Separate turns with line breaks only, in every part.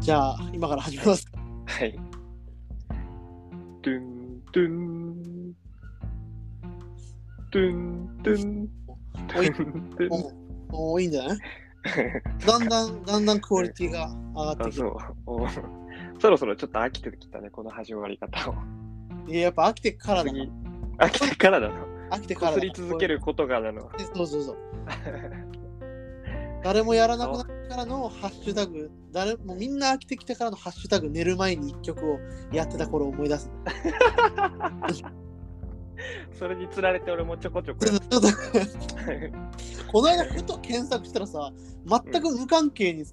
じゃあ、今から始め ますか。
はい。トゥントゥン。トゥントゥン。トゥントゥン。
もういいんじゃないだんだん、だんだんクオリティが上がっ
あ
てき
そうお そろそろちょっと飽きてきたね、この始まり方を。
て。いや、やっぱ飽きてからだな。
次、飽きてからだの。
飽きてから
こ
だ
す
な
り続け。ることがなの。
そうそう そう。誰もやらなくなってからのハッシュタグ、誰もみんな飽きてきてからのハッシュタグ、寝る前に一曲をやってた頃を思い出す。
それにつられて俺もちょこちょこ
ち
や
ょ
っ
っとこの間、ふと検索したらさ、全く無関係に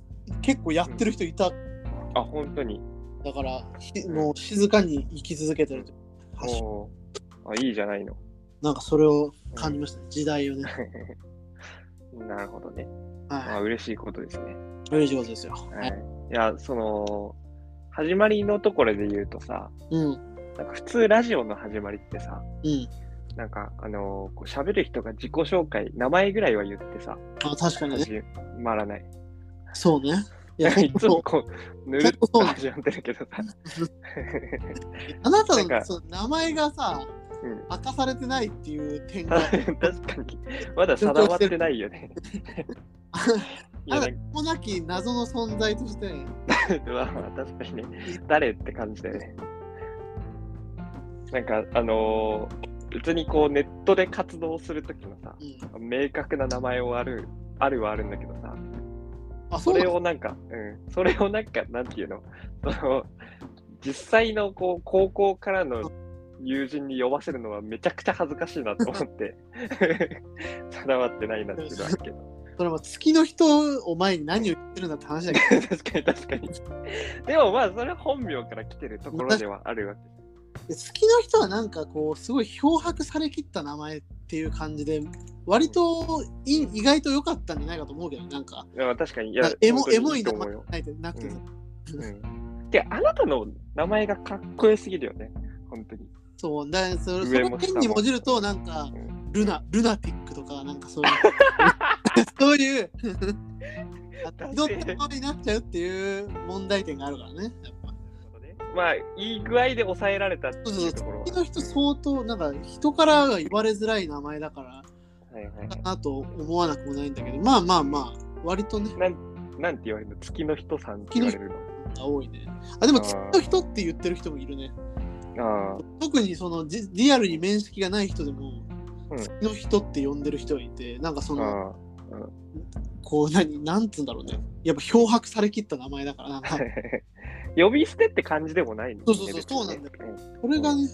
結構やってる人いた。
あ、本当に。
だから、ひもう静かに生き続けてるというハッシュ
おーあ、いいじゃないの。
なんかそれを感じましたね、時代 をね。
なるほどね。ま
は
あ、嬉しいことですね。
い。嬉しいことですよ。は。
はいい。いや、その、始まりのところで言うとさ、
うん。
なんか普通ラジオの始まりってさ、
うん。
なんか、あのーこう喋る人が自己紹介、名前ぐらいは言ってさ、
あ、確かにね。
始まらない。
そうね。いや
な んか、いつ
そ
も
う
こう、ぬるっと始まってるけどさ。
あなた
なん
の
か
その名前がさ、
うん
明かされてないっていう点が、
確かに、まだ定まってないよね。いや、
あ
な
なんたもなき謎の存在として、
か、まあまあ確かにね、誰って感じだよね。なんか、あのー別にこう、ネットで活動するときのさ、
うん、
明確な名前をある、あるはあるんだけどさ、
あ、そ
そうれ
なの
をなんか、うん、それをなんか、なんていうの、 その実際のこう高校からの友人に呼ばせるのはめちゃくちゃ恥ずかしいなと思って、 定まってないなっていうのはある けど、
それは月の人を前に何を言ってるんだって話だけ ど、
確かに確かに。でもまあ、それは本名から来てるところではあるわけ。
月の人はなんかこう、すごい漂白されきった名前っていう感じで、割とい意外と良かったんじゃないかと思うけど、なんか、
いや確かに、いや
なんか、エ
本
モ
当に
エモい
と
名
思
前
うよ。
ないてなくてさ、
うん、で、あなたの名前がかっこよすぎるよね、本当に。
そう、だからそれそ
上
の
も下も
点にもじると、なんか
う、
ルナ、ルナティックとか、なんかそういう、 そういう、
だって
どんなになっちゃうっていう問題点があるからね。やっぱ
まあ、いい具合で抑えられたって
そうそ
いううところは。
月の人相当、なんか人からは言われづらい名前だから、
はいはいはい
かなと思わなくもないんだけど、まあまあまあ、割とね、
なん、なんて言われるの月の人さんって言われる
が多いね。あ、でも
あー
月の人って言ってる人もいるね。
の。ああ、
特にそのじリアルに面識がない人でも、
うん
月の人って呼んでる人がいて、なんかその、
あ
こう何なんつうんだろうねやっぱ漂白されきった名前だからなん
あ
か
呼び捨てって感じでもないんだ
そ
ね
うそうそう
別にね
そうなんだこれがね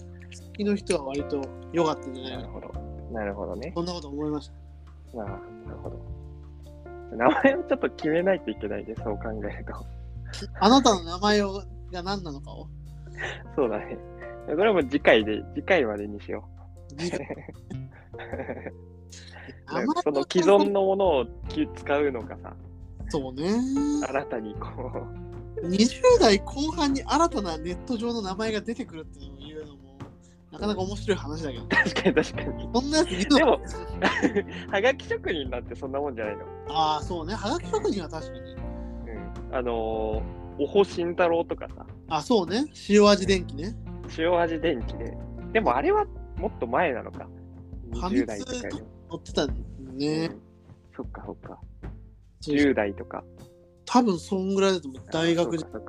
好きの人は割と良かったんじゃ
うん
ないか
な
な
るほど。なるほどね。
そんなこと思いました
ああ、なるほど。名前をちょっと決めないといけないね、そう考えると。
あなたの名前をが何なのかを
そうだね。これはもう次回で、次回までにしよ
自分
う。
名前
その既存のものをき使うのかさ、
そうね
新たにこう、
20代後半に新たなネット上の名前が出てくるっていうのを言うのもなかなか面白い話だけど
確かに確かに。
そんなやついるの
でもはがき職人なんてそんなもんじゃないの。
ああそうねはがき職人は確かに
うんあのー、おほしんたろうとかさ、
あそうね塩味電気ね
塩味電気で、でもあれはもっと前なのか、
ァミ通
20代とかよ
乗ってたね、
り
ね
うんそっかそっか、
そう
10代とか、
多分そんぐらいだと思う大学時
そっかそっ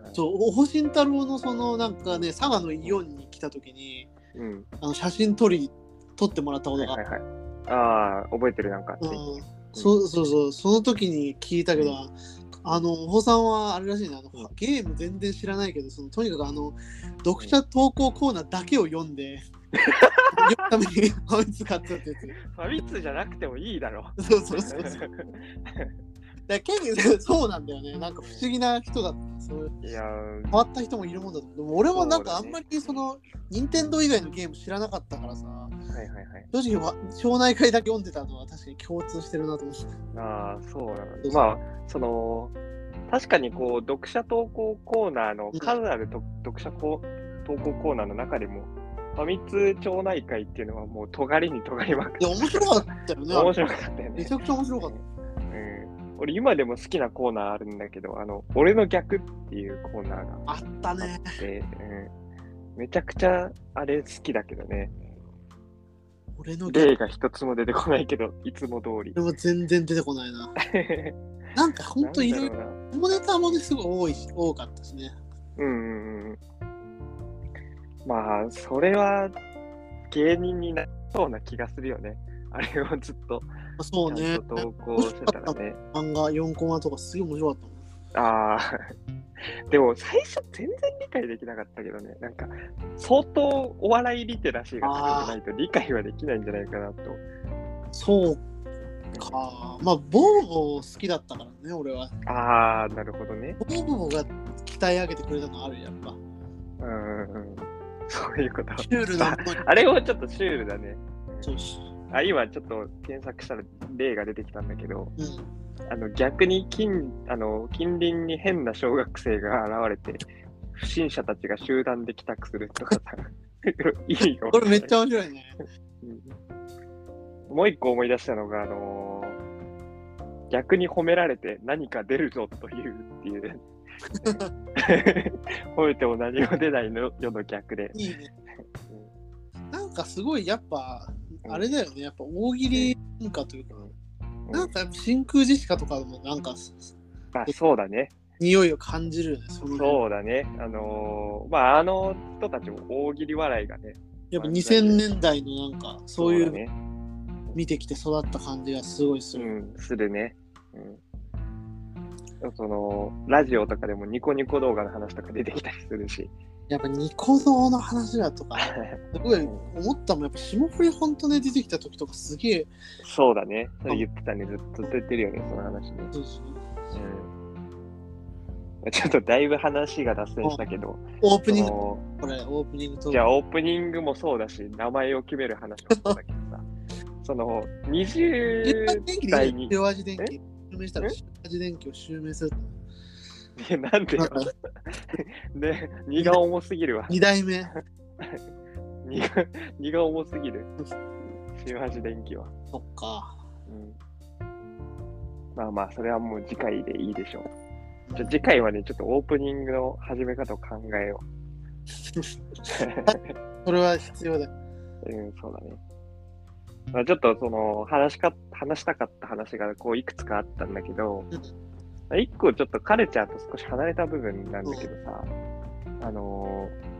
か、
そう、おほしんたろうのそのなんかね、佐賀のイオンに来た時に、
うん、
あの写真撮り、撮ってもらったこ
は
と
い
があ
は
っ
いはい。ああ、覚えてるなんか、
て、うんそうそうそう、その時に聞いたけど、
うん
あの、おほさんはあれらしいね、あの
うん
ゲーム全然知らないけど、そのとにかくあの、読者投稿コーナーだけを読ん で、読むためにファミツ買ってたってや
ファミ通じゃなくてもいいだろう。
つ。そうそうそうそう。だから結構 そうなんだよね。なんか不思議な人だった。そういう
いやー、
変わった人もいるもんだと思う。でも俺もなんかあ
そうんだね
まりその、任天堂以外のゲーム知らなかったからさ、
はいはいはい。
正直わ、町内会だけ読んでたのは確かに共通してるなと思って。
ああ、そうなの。まあ、その、確かにこう、読者投稿コーナーの数あると、読者こう投稿コーナーの中でも、ファミ通町内会っていうのはもう、尖りに尖りまくっ
で、面白かったよね。
面白かったよね。
めちゃくちゃ面白かった。
うん。俺今でも好きなコーナーあるんだけど、あの、俺の逆っていうコーナーが
あった
あ
ね。
って、うん、めちゃくちゃあれ好きだけどね。
俺の逆
例が一つも出てこないけど、いつも通り
で。も全然出てこないな。なんかほんといろいろ、
なんだろうな
下ネタもね、すごい多いし多かったしね。
うんうんうん。まあ、それは芸人になりそうな気がするよね。あれをずっと
まあそう
ちゃ
ね
ん。と投稿してたらね。
漫画4コマとかすごい面白かったもん。
ああ。 でも最初全然理解できなかったけどね。なんか相当お笑いリテラシーが高くないと理解はできないんじゃないかなと。
そうか。まあ、ボーボー好きだったからね、俺は。
ああ、なるほどね。
ボーボーが鍛え上げてくれたのあるやっぱ。
うんうん うん。そういうこと。
シュールなもの に。
あれはちょっとシュールだね。
そう
あ今ちょっと検索したら例が出てきたんだけど、
うん。
あの逆に近あの近隣に変な小学生が現れて、不審者たちが集団で帰宅するとかさ、 意味がわ
こ
かん
れめ
ない
っちゃ面白いね。
うんもう一個思い出したのが、あのー逆に褒められて何か出るぞというって いう。褒めても何も出ないの世の逆で。
いいね。なんかすごい、やっぱ、あれだよね。やっぱ大喜利文化というか、
うん
なんかやっぱ真空ジェシカとかでもなんか
まあそうだね。
匂いを感じるよね。その
そうだね。あのーまああの人たちも大喜利笑いがね。
やっぱ2000年代のなんか、そうい
だ
う
ね。
見てきて育った感じがすごいす
う
る。
ん、するね。うん。その、ラジオとかでもニコニコ動画の話とか出てきたりす るし。
やっぱニコ動の話だとか、すごい思ったもん、やっぱ霜降りほんとね、出てきた時とかすげえ、
そうだね。それ言ってたね。ずっと言ってるよね、その話ね。うん。ちょっとだいぶ話が脱線したけど、
オープ
そ
ニング、
の
これ、オープニングト
じ
ー
ゃ
ク。
あオープニングもそうだし、名前を決める話もそうだけどさ、その
電
20
気でいい
代に、
塩味電気襲名したら
え
塩味電気を襲名する
いやなんでよ
なん か、
ね、荷が重すぎるわ。
二代目
荷が荷が重すぎる。塩味電気は。
とか
うんまあまあ、それはもう次回でいいでしょう。じゃあ次回はね、ちょっとオープニングの始め方を考えよ
それは必要だよ
う。うん、そうだね。まあ、ちょっとその話しか、話したかった話がこういくつかあったんだけど、まあ一個ちょっとカルチャーと少し離れた部分なんだけどさ、あのー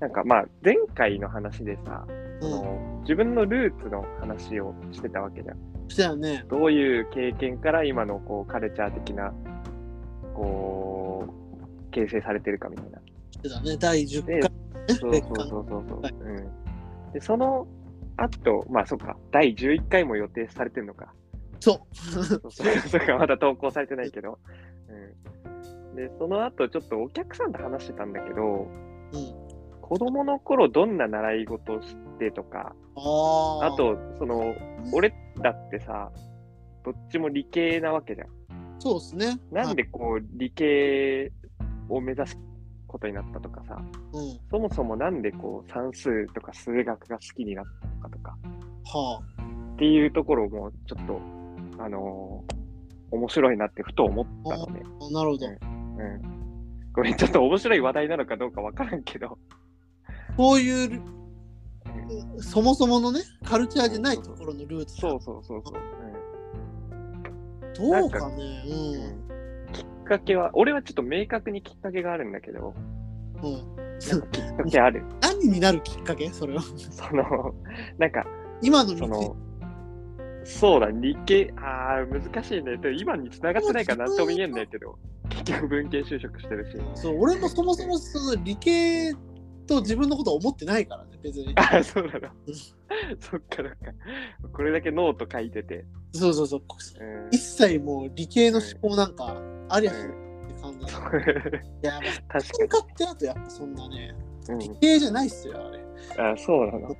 なんかまあ前回の話でさ、
う
あ
ん、
の自分のルーツの話をしてたわけじゃん。
したよね
どういう経験から今のこうカルチャー的なこう形成されてるかみたいな。
してたね第10回
で、そうそう
別館
そうそうそう
は。
うん、でその後、まあそっか、第11回も予定されてるのか。
そ
そうそうそうか、まだ投稿されてないけど。うん、で、その後ちょっとお客さんと話してたんだけ
う、
ど、
うん、
子供の頃どんな習い事をしてとか、
ああ
あと、その、俺だってさ、どっちも理系なわけじゃん。
そうですね
なんでこう理系を目指すことになったとかさ、
はいうん
そもそもなんでこう算数とか数学が好きになったのかとか
は
っていうところもちょっと、あのー面白いなってふと思ったのね。
あなるほど、
うんうん。これちょっと面白い話題なのかどうかわからんけど、
こういうルそもそものねカルチャーじゃないところのルーツ
そうそうそうそう。
どうかね
うんうんきっかけは、俺はちょっと明確にきっかけがあるんだけど、
うん、うん、
なんかきっかけある。
何になるきっかけそれは
その、なんか、
今の
そ
道
のそうだ、理系、ああ、難しいね。でも今に繋がってないからなんとも言えんねんけど、結局文系就職してる し。
そう俺もそもそもその理系と自分のこと思ってないからね別に
ああ、そうなの。そっか、なんか、これだけノート書いてて。
そうそうそう
うん
一切もう理系の思考なんかありゃしないって感じだ、いやまあ
確
文化ってあとやっぱそんなね
かに。
理系じゃないっすよあれ
うん、あーそうなの。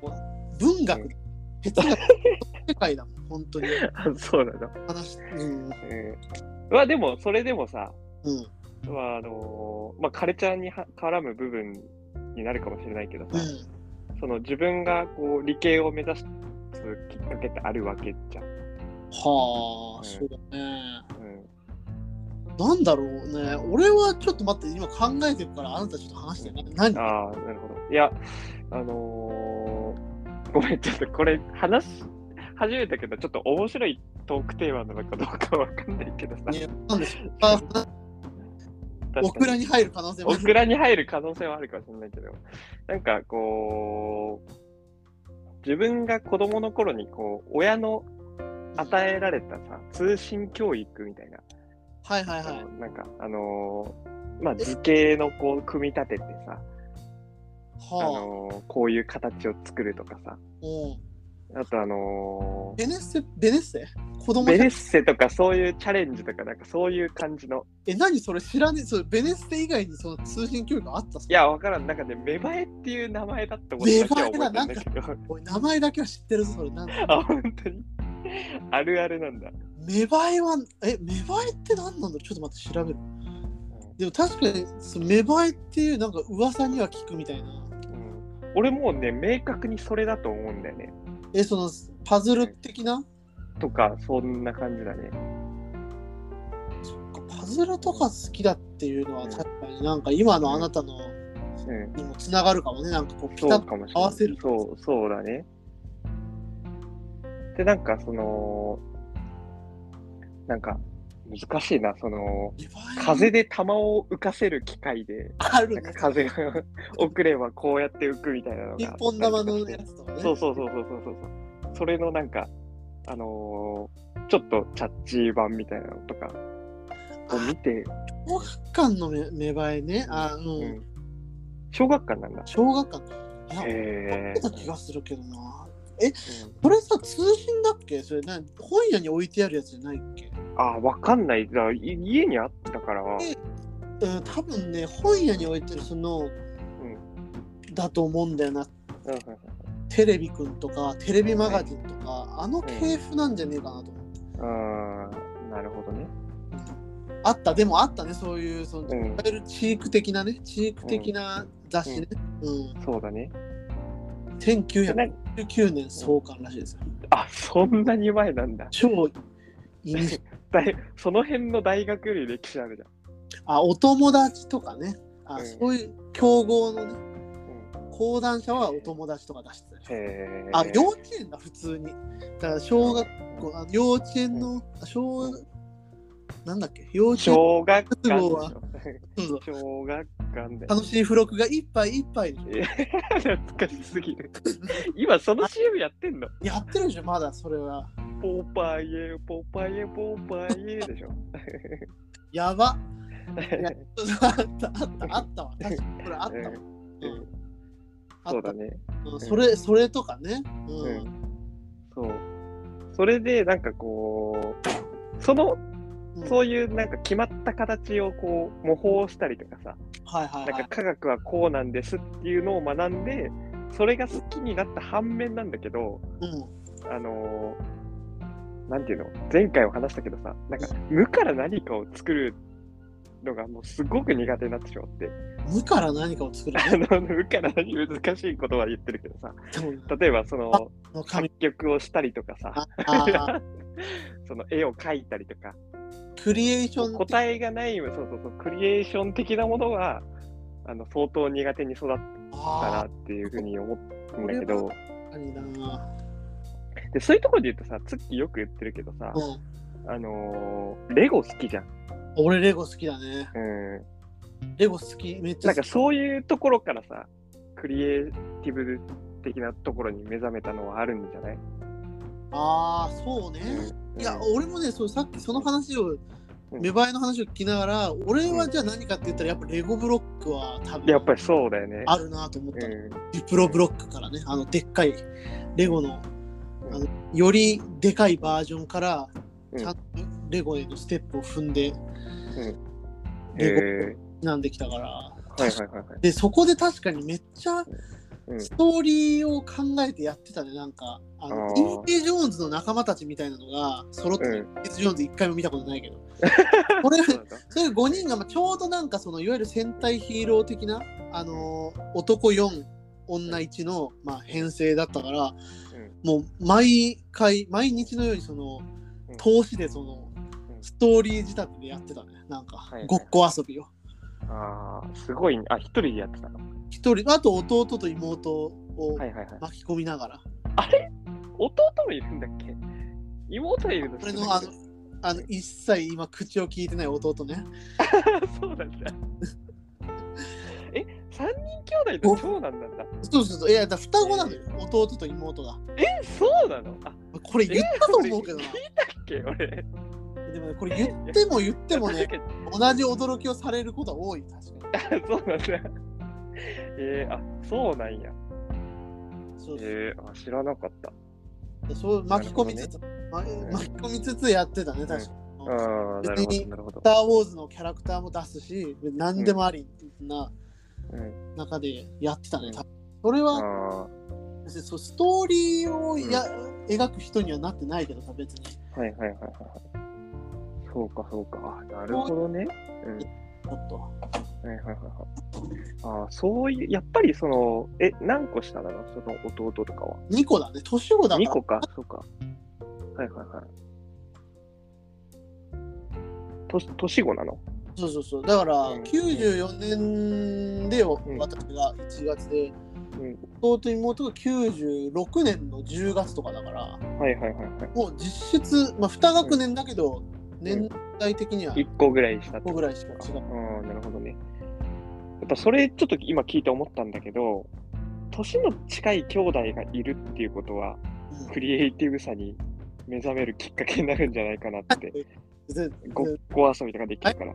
文学哲学の世界だもん本当に
あ そうなの。
話うん
うん。まあでも、それでもさ、
うん
まあ、あのーまあ、カルチャーには絡む部分になるかもしれないけど
う
さ、
ん
その自分がこう理系を目指すきっかけってあるわけじゃん。
は
うん
あ、そうだね。
うん、
なんだろうね。俺はちょっと待って、今考えてるから、あなたちょっと話してね。何あ
ああ、なるほど。いや、あのーごめん、ちょっとこれ、話し始めたけど、ちょっと面白いトークテーマなのかどうかわかんないけどさ、
なんでしょうあオ
確
ク
か
ラ
に
に入る可 能性も
オ
ある。
クラに入る可能性はあるかもしれないけど、なんかこう、自分が子供の頃にこう親の与えられたさ、通信教育みたいな、
はいはいはい。
なんか、あのーまあ、図形のこう組み立ててさ、あ
はあ。
のーこういう形を作るとかさ、
うん
あとあの
ベネッセ、ベネッセ子
ー
供
ベ
じ
ネ
ゃ
ッセとかそういうチャレンジとかなんかそういう感じの
え、何それ知らねえ。それベネッセ以外にその通信教育あったっす
いやわからん中で芽生えっていう名前だったことだけは覚えてるんだけど
おい名前だけは知ってるぞ、それ。なんか
あ本当にあるあるなんだ
芽生えは、え、芽生えって何なんだろうちょっと待って、調べる。でも確かに、その芽生えっていう、なんか噂には聞くみたいな。
うん俺もうね明確にそれだと思うんだよね
え、その、パズル的な
とかそんな感じだね
パズルとか好きだっていうのは確かになんか今のあなたの
うん
にもつながるかもねなんかこうピ
そ
タ
う
ッと
かもしれない
合わせる
そうそうだねでなんかそのなんか難しいなその風で玉を浮かせる機械で
ある
な
ね
んか風が 遅ればこうやって浮くみたいなのが。
ピンポン玉のやつとかね
そうそうそうそうそうそうそう。それのなんか、あのーちょっとチャッチー版みたいなのとかを見て、
小学館のめ芽生えねあの、
うん小学館なんだ。
小学館いや
へ
や
え
って。た気がするけどなこれさ通信だっけそれ何本屋に置いてあるやつじゃないっけ
うんあ、わかんない。だからい家にあったから、
えうん多分ね本屋に置いてるその、だと思うんだよな
うん
テレビくんとかテレビマガジンとかあの系譜なんじゃねえかなと思って。
うん、なるほどね。
あったでもあったねそういうその、
うん
いわゆるチーク的なねチーク的な雑誌ね、うん
そうだね。でなん
1999年創刊らしいですよ
あ、そんなに前なんだ。
超いい
だいその辺の大学より歴史あるじ
あお友達とかねあ、
うん
そういう競合のね
ゃん。うん
講談社はお友達とか出してたり
へー
あ幼稚園だ普通にだから小学校あ幼稚園のあ小なんだっけ幼稚園
小学館でし
小
ょ
学そうそう
小学館で。
楽しい付録がいっぱいいっぱいでしょ
いや懐かしすぎる。今その CM やってんの
やってるでしょまだそれは
ポーパイエ、ポーパイエ、ポーパイエでしょ。
やば やあったあったあったわ。確かにこれあったわ。うんあ
そう
っ
だ
た
ね。
うんそれそれとかね。う
うん
ん。
そう。それで、なんかこう、その、
うん
そういうなんか決まった形をこう模倣したりとかさ、
はいはい
なん
は
か
い。
科学はこうなんですっていうのを学んで、それが好きになった反面なんだけど、
うん。
あのーなんていうの前回も話したけどさ、なんか無から何かを作るのがもうすごく苦手になってしまって、
無から何かを作る
あ
ね。
の無から何難しいことは言ってるけどさ、
で も
例えばその
の紙
作曲をしたりとかさ、
ああ
その絵を描いたりとか、
ークリエーション
答えがない、そうそうそう、クリエーション的なものは、あの相当苦手に育ったな
あ
っていうふうに思うんだけど、
あありだな。
でそういうところで言うとさ、ツッキーよく言ってるけどさ
う、ん。
あのーレゴ好きじゃん。
俺レゴ好きだね。
うん
レゴ好きめっち
なん
ゃ好
か
き。
そういうところからさ、クリエイティブ的なところに目覚めたのはあるんじゃない
ああそうね。いや俺もねそうさっきその話を
うん
芽生えの話を聞きながら、俺はじゃあ何かって言ったらやっぱレゴブロックは多分
やっぱりそうだよね。
あるなと思ったの
うん
ディプロブロックからね、あのでっかいレゴの
うん
あのよりでかいバージョンから
うん
ちゃんとレゴへのステップを踏んで
へえ
なんできたから、
はいはいはいはい。
でそこで確かにめっちゃ
うん
ストーリーを考えてやってたねなんかあの
あー
インディ・ジョーンズの仲間たちみたいなのが揃ってた、
うん
インディ・ジョーンズ一回も見たことない けどこれ
そうなんだ
それ5人がまあちょうどなんかそのいわゆる戦隊ヒーロー的な、あのー男4女1の、まあ、編成だったから、もう毎回毎日のようにその、投資でその
うん
ストーリー仕立てでやってたねなんか
いはい
ごっこ遊びを
ああ、すごい、ね。あ、一人でやってたの。
一人あと弟と妹を
はいはいはい。
巻き込みながら、
弟もいるんだっけ妹がいるの
俺のあのあの一切今口を聞いてない弟ね
そうなんだ。え、三人兄弟と長男なんだ。
そうそうそういやだから双子なのよ、弟と妹が
え、そうなのあ、
これ言ったと思うけどな
えー、聞いたっけ俺。
でもねこれ言っても言ってもね同じ驚きをされることは多い確かに
そうなんだ。えー、あ、そうなんや。
そうそう
えー、あ知らなかった。
そう巻き込みつつ、ま巻き込みつつやってたね確かに、ス
ああ、なるほど、なるほど。
ター・ウォーズのキャラクターも出すし何でもありな
うん、
中でやってたね、多分それ
あ
は
あ
別にそうストーリーをや、描く人にはなってないけどさ別に
ー、はいはいはいはいはい。そうか、そうか。あなるほどね。うん。
ちょっと
はいはいはいはい。ああ、そういう、やっぱりその、え、何個下なのその弟とかは。
2個だね年子だか
2
ら
個か、そうか。はいはいはい。と年子なの
そうそうそうだから
うん
94年でよ
うん
私が1月で、
うん
弟妹が96年の10月とかだから
はいはいはいは。
もう実質、まあ、2学年だけど、年代的にはい
1個ぐらい下
個ぐらいしか違う
ああ、なるほどね。やっぱそれちょっと今聞いて思ったんだけど、年の近い兄弟がいるっていうことは、クリエイティブさに目覚めるきっかけになるんじゃないかな って。
うんぜ
ごっこ遊びとかできるから。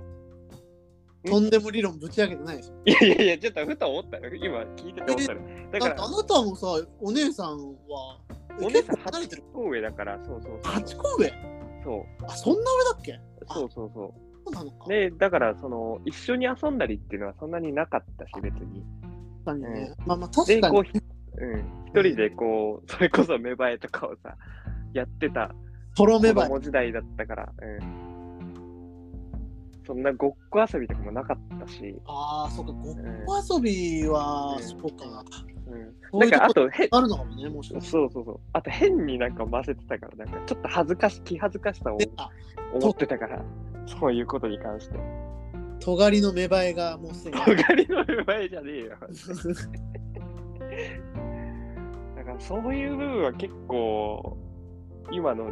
とんでも理論ぶち上げてないでしょ
いやいやいや、ちょっとふと思ったよ。今聞いてて思ったの。だ
だ
か
って
ら
あ、なたもさお姉さんはえ
お姉さ
結構
ん
離れて
8
る
個上だから、そうそうそう。
8個上
そう
あそんな上だっけ
そうそうそ
そうなのか
う。で、だから、その、一緒に遊んだりっていうのはそんなになかったし、別に。
確かにね、まあまあ確
で、
か
こう、
に
ひうん、一人でこう、それこそ芽生えとかをさ、やってた
とろめ
子
ばい
供時代だったから、うん。そんなごっこ遊びとかもなかったし、
ああそうかごっ
うん。
こ遊びは、
うん
そうか
うん、なんか、あと、へ
あるのかもねもしかして
そうそうそう。あと変になんか混ぜてたから、なんかちょっと恥ずかし、気恥ずかしさを
あ
思ってたから、そういうことに関して。
尖りの芽生えがもうすでに
尖りのうまいじゃねえ よ。だからそういう部分は結構、今の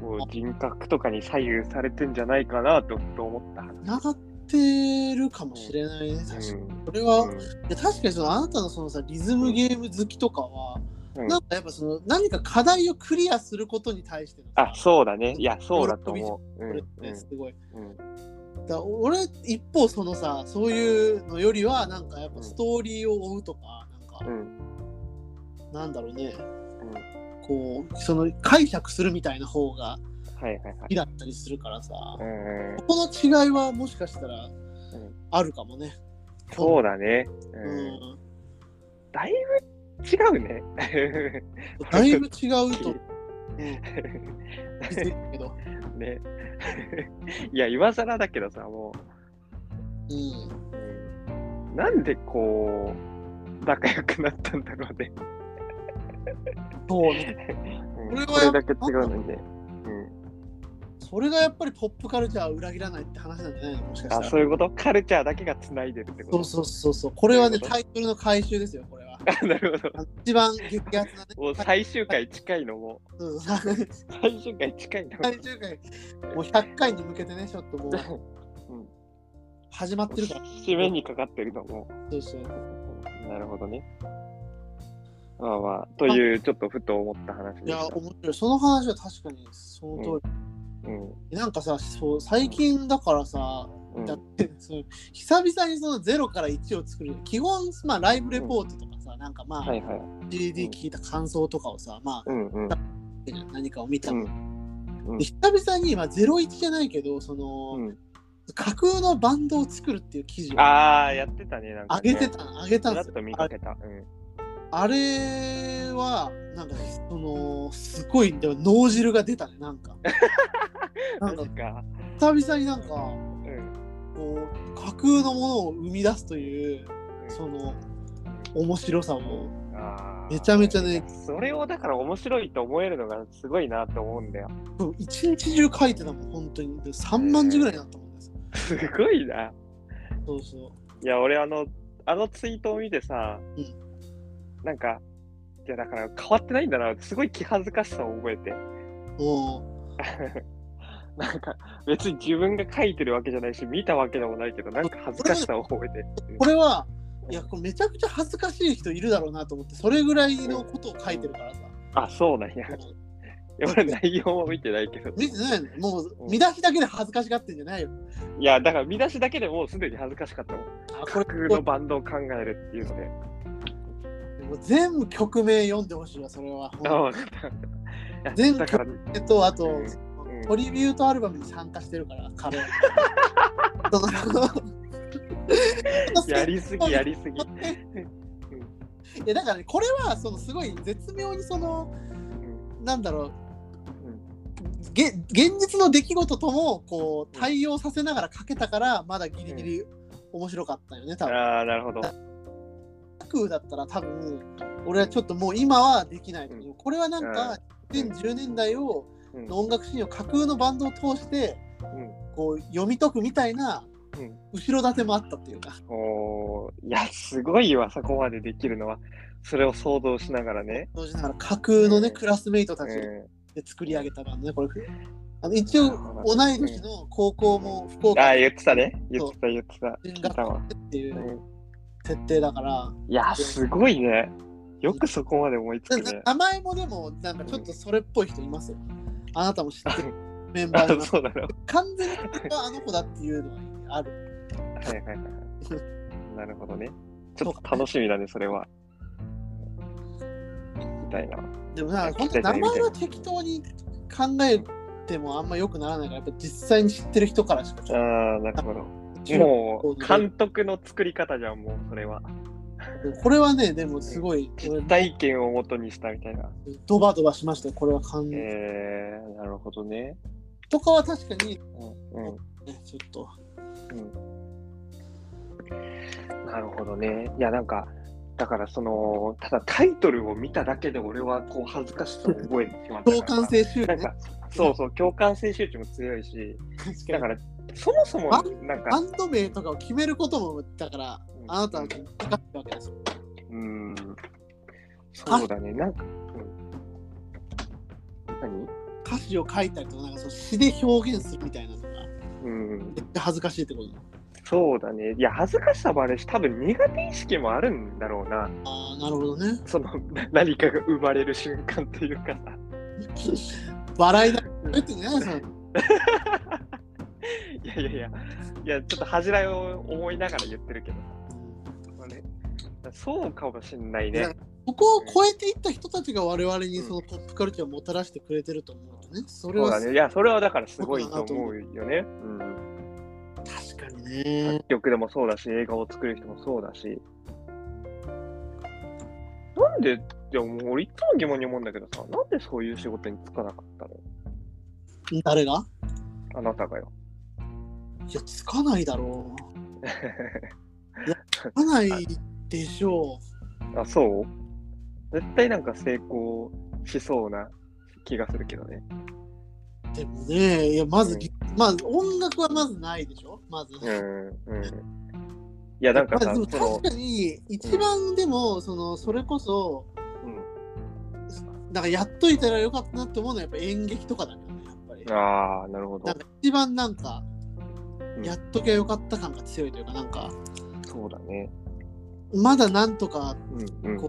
こう人格とかに左右されてんじゃないかなとと思った話。
ながってるかもしれないね確かに、これは、
う
い
ん
や確かにそのあなたのそのさリズムゲーム好きとかは、
うん
なんかやっぱその何か課題をクリアすることに対してのさ
あ、そうだね。いや、そうだと思う。うん
こ
う
れ
ん
ねすごい
うん
だから俺一方そのさそういうのよりはなんかやっぱストーリーを追うとかなんか、
うん
なんだろうね
うん
こうその解釈するみたいな方が
はいはいは
好
い
きだったりするからさ、こ
うん。
この違いはもしかしたら
ん
あるかもね。
そうだね。
う
うん
ん、
だいぶ違うね。
だいぶ違うと気づくけ ど、
ね。いや、今更だけどさ、もう。
うん、
なんでこう仲良くなったんだろうね。
そうね
う
こ
ん
れは
これだけ違うのにね。
それがやっぱりポップカルチャーを裏切らないって話なんじゃないのもしか
う
し
ん、
た
あ
ら
そういうことカルチャーだけが繋いでるってこ
そうそ
と
うそうそうこれはね
そういうこと
タイトルの回収ですよこれは
あ なるほど。
あの一番激ア ツなね
もう最終回近いのも。
うん最
最終回近いのも。
終回もう100回に向けてねちょっともう
うん
始まってるから
締めにかかってるのも。
そうそう
なるほどね。まあまあ、というちょっとふと思った話
い
でし
や
た。
面白いその話は確かにその通り、
うん
なんかさそう最近だからさ、
うん
だってその久々にその0から1を作る基本、まあ、ライブレポートとかさ、なんかまあ、
はいはい。
CD 聞いた感想とかをさ、ま
うんうん。
あ、何かを見た
う
の、
ん
で久々に、まあ、01じゃないけどその、
うん、
架空のバンドを作るっていう記事を
ああ、やってたね。なんか、
上
ね。
げてたの上げた
ち
んで
らっ
すよ
と見かけた。うん
あれはなんかそのすごいでも脳汁が出たねなん かなんか
確か。
久々になんか
うん。
こう架空のものを生み出すという
うん
その面白さを
ああー
めちゃめちゃね。
それをだから面白いと思えるのがすごいなと思うんだよ。
そう一日中書いてたもん、本当に。で3万字ぐらいだったもんです。
すごいな。
そうそ
いや、俺あの、あのツイートを見てさ、なんか、いやだから変わってないんだなってすごい気恥ずかしさを覚えて。
う。も
なんか別に自分が書いてるわけじゃないし、見たわけでもないけど、なんか恥ずかしさを覚えて。
う、これは、いや、これめちゃくちゃ恥ずかしい人いるだろうなと思って、それぐらいのことを書いてるからさ。
あ、そうなんや。
もう
俺内容は見てないけど。
見てないのもう、見出しだけで恥ずかしがってんじゃないよ。
いや、だから見出しだけでもうすでに恥ずかしかったもん。
あ、こ
架
れ、
空のバンドを考えるっていうので。
も う全部曲名読んでほしいわ、それは。
あわかった。
全
だから、
えっと、あと、
うん
トリビュートアルバムに参加してるから、彼 は。その
やりすぎやりす
い
ぎ。
やだから、ね、これはそのすごい絶妙にその
うん
なんだろうげ現実の出来事ともこう対応させながら書けたからまだギリギリ面白かったよね多分。
ああ、なるほど。
架空だったら多分俺はちょっともう今はできないけど、
う
これはなんか2010年代を
うん
の音楽シーンを架空のバンドを通して
うん
こう読み解くみたいな
うん
後ろ盾もあったっていうか。
おーいや、すごいわ、そこまでできるのは。それを想像しながらね。
同時にだから架空のね、
うん
クラスメイトたち
う
で作り上げたバンドね、これ。あの一応、同い年の高校も福
ん、あ
岡
あ、
に
言ってたね。言ってた、言ってた。
進
聞い
学
たわ。
っていううん設定だから、
いや、すごいね。よくそこまで思いつく
なな
ね。
名前もでも、なんかちょっとそれっぽい人いますよ。あなたも知ってるメン
あ
バーの中
そうなの。は
完全にこれがあの子だっていうのはある。
いはいはいはい。なるほどね。ちょっと楽しみだね、それは。みたいな。
でもなんか、本当名前は適当に考えてもあんま良くならないから、やっぱ実際に知ってる人からしか。
ああ、なるほど。もう、
中
監督の作り方じゃん、もう、それは。
これはね、でもすごい、
実体験をもとにしたみたいな。
ドバドバしましたよ、これは感じ。
えー、なるほどね。
とかは確かに、
うん、うん。
ねちょっと。
うんなるほどね。いや、なんか、だからその、ただタイトルを見ただけで俺はこう恥ずかしさを覚えてしまったから。
共感性周
な
囲
ん
ね。
か、そうそう、共感性周知も強いし、
確か
だ
に
から、そもそも
あ、
なん
バ
か、
ンド名とかを決めることも、だから、
うん
あなたは分かったわけですよ。
うん、そうだね、なんか、うん、
歌詞を書いたりとか、なんかその詩で表現するみたいなのが、
何うん、
めっちゃ恥ずかしいってことだ。
そうだね。いや、恥ずかしさもあるし、多分苦手意識もあるんだろうな。
ああ、なるほどね。
その、 何かが生まれる瞬間というかさ。
笑い だ。えってね、その
いやいやいや、いや、ちょっと恥じらいを思いながら言ってるけどさ、ね、そうかもしんないね。
ここを超えていった人たちが我々にそのポップカルチャーをもたらしてくれてると思うとね、それ
そう
は
だね。いや、それはだからすごいと思うよね。うん。
確かにね。
作曲でもそうだし、映画を作る人もそうだし。なんで、でももう俺いつも疑問に思うんだけどさ、なんでそういう仕事に就かなかったの
誰が
あなたがよ。
いや、つかないだろう。つかないでしょう。
あ、そう絶対なんか成功しそうな気がするけどね。
でもね、いや、まず、
うん
まあ、音楽はまずないでしょまず。
うん、うん。いや、なんか
ま
さ、
あ
そ
で
の
も、確かに、一番でも、その、それこそ、
うん
なんか、やっといたらよかったなって思うのは、やっぱ演劇とかだけどね、やっぱり。
ああ、なるほど
なん。か、一番なんか
う、ん
やっときゃよかった感が強いというか、なんか、
そうだね。
まだなんとか、
うん、うん
こ。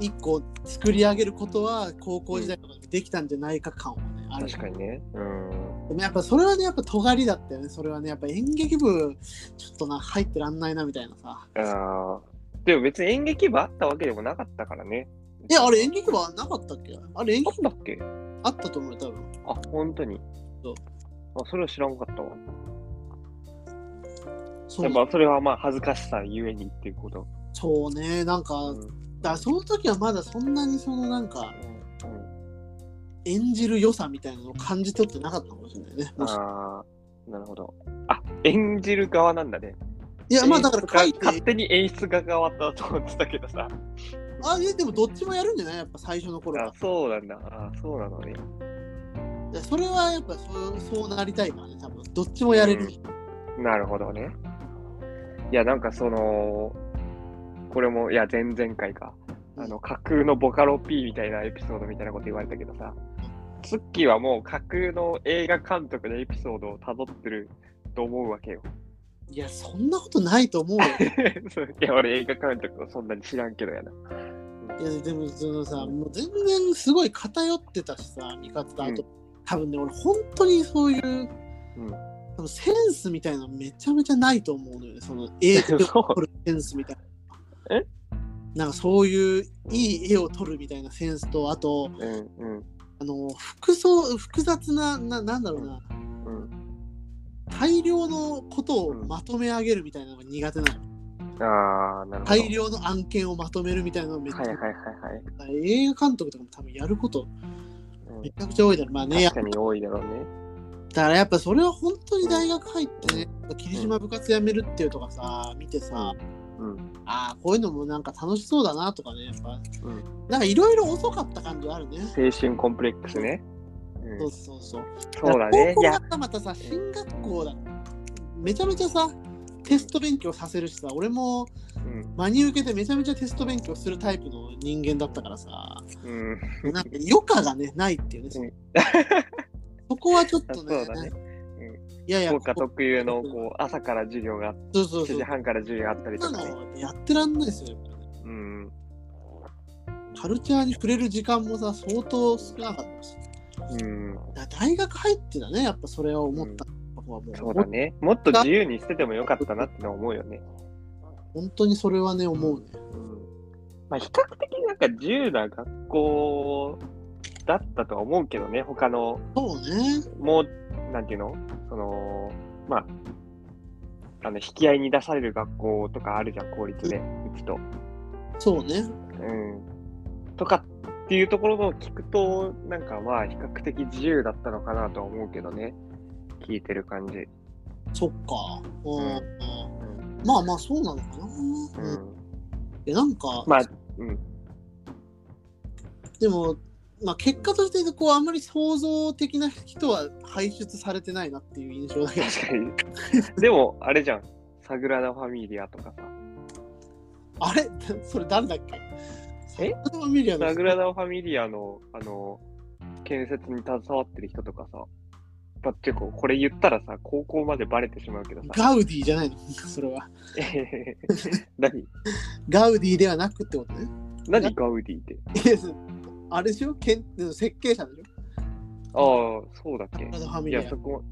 一個作り上げることは、高校時代とかでできたんじゃないか感はね、ある
確かにね。うん。
でもやっぱそれはね、やっぱ尖りだったよね。それはね、やっぱ演劇部、ちょっとな、入ってらんないなみたいなさ。
ああ。でも別に演劇部あったわけでもなかったからね。
いや、あれ演劇部はなかったっけあれ演
あっ
劇部
たっけ
あったと思うよ、多分。
あ、本当に。
そう
あ、それは知らんかったわ。
そ
で
う
もそれはまあ恥ずかしさゆえにっていうこと。
そうね、なんか、
うん。うん
だからその時はまだそんなにそのなんか、演じる良さみたいなのを感じ取ってなかったかもしれないね。
うん、
もし
ああ、なるほど。あ、演じる側なんだね。
いや、まあだから書いて、
勝手に演出が変わったと思ってたけどさ。
あ、いやでもどっちもやるんじゃないやっぱ最初の頃
あ
は。
そうなんだ。あそうなのね。
いやそれはやっぱそうそうなりたいからね、多分どっちもやれる。
なるほどね。いや、なんかその、これも、いや、前々回か。あの、架空のボカロ P みたいなエピソードみたいなこと言われたけどさ、ツッキーはもう架空の映画監督のエピソードをたどってると思うわけよ。
いや、そんなことないと思うよ。
そういや、俺映画監督はそんなに知らんけど やな。
いやでもそのさもう全然すごい偏ってたしさ見方と、
うん
多分ね俺本当にそういう、
うん
多分センスみたいなのめちゃめちゃないと思うのよねその絵
そう
を撮るセンスみたいな。
え
なんかそういういい絵を撮るみたいなセンスとあと
うん、うん、
あの服装複雑なななんだろうな
うん。
大量のことをまとめ上げるみたいなのが苦手なの
ああ、なるほど。
大量の案件をまとめるみたいなのがめっちゃ
はいはいはいはい。
映画監督とかも多分やること
うん
めちゃくちゃ多いだろう。まあね、
確かに多いだろうね。
だからやっぱそれは本当に大学入ってね、霧島部活辞めるっていうとかさ、見てさ、
うん。
ああ、こういうのもなんか楽しそうだなとかね、やっぱ、
うん
なんかいろいろ遅かった感じはあるね。
青春コンプレックスね。うん
そうそうそう。
そうだね。
高
い
校
や
が、またさ、進学校だ。めちゃめちゃさ、テスト勉強させるしさ、俺も
うん。
真に受けてめちゃめちゃテスト勉強するタイプの人間だったからさ、
うん。
なんか余暇がね、ないっていうね、そのそこはちょっ
あ
と
そう
ね、
だね。
いやいや、
福岡特有のこう朝から授業があって、
そうそう
7
そう
時。半から授業があったり
そ
と
んな
かね。
のやってらんないですよ、やっぱね
うん。
カルチャーに触れる時間もさ、相当少なかったし。
うん。
だから大学入ってだね、やっぱそれを思ったのはもう、
そうだね。もっと自由にしててもよかったなってのは思うよね。
本当にそれはね、思うね。
うん。まあ、比較的なんか自由な学校だったとは思うけどね、他の、
そうね。
もう、なんていうのその、まあ、あの、引き合いに出される学校とかあるじゃん、公立で、うちと。
そうね。
うん。とかっていうところの聞くと、なんかまあ、比較的自由だったのかなとは思うけどね、聞いてる感じ。
そっか。うん。
うん
うんまあまあ、そうなのかな。
う
うん。
ん。
で、なんか、
まあ、うん。
でも、まあ、結果として、こう、あんまり想像的な人は排出されてないなっていう印象だけど。
確か に。でも、あれじゃん。サグラダ・ファミリアとかさ。
あれ それ誰だっけ
え
サグラダファミリアの
サ
人
グラダ・ファミリアの、あの、建設に携わってる人とかさ。だってこう、これ言ったらさ、高校までバレてしまう けどさ。
ガウディじゃないのそれは。
何
ガウディではなくってことね。
何ガウディって。
いやあれでしょけん設計者でしょ
ああ、そうだっ
サグラダファ
け。い
ミリア
や、そこ、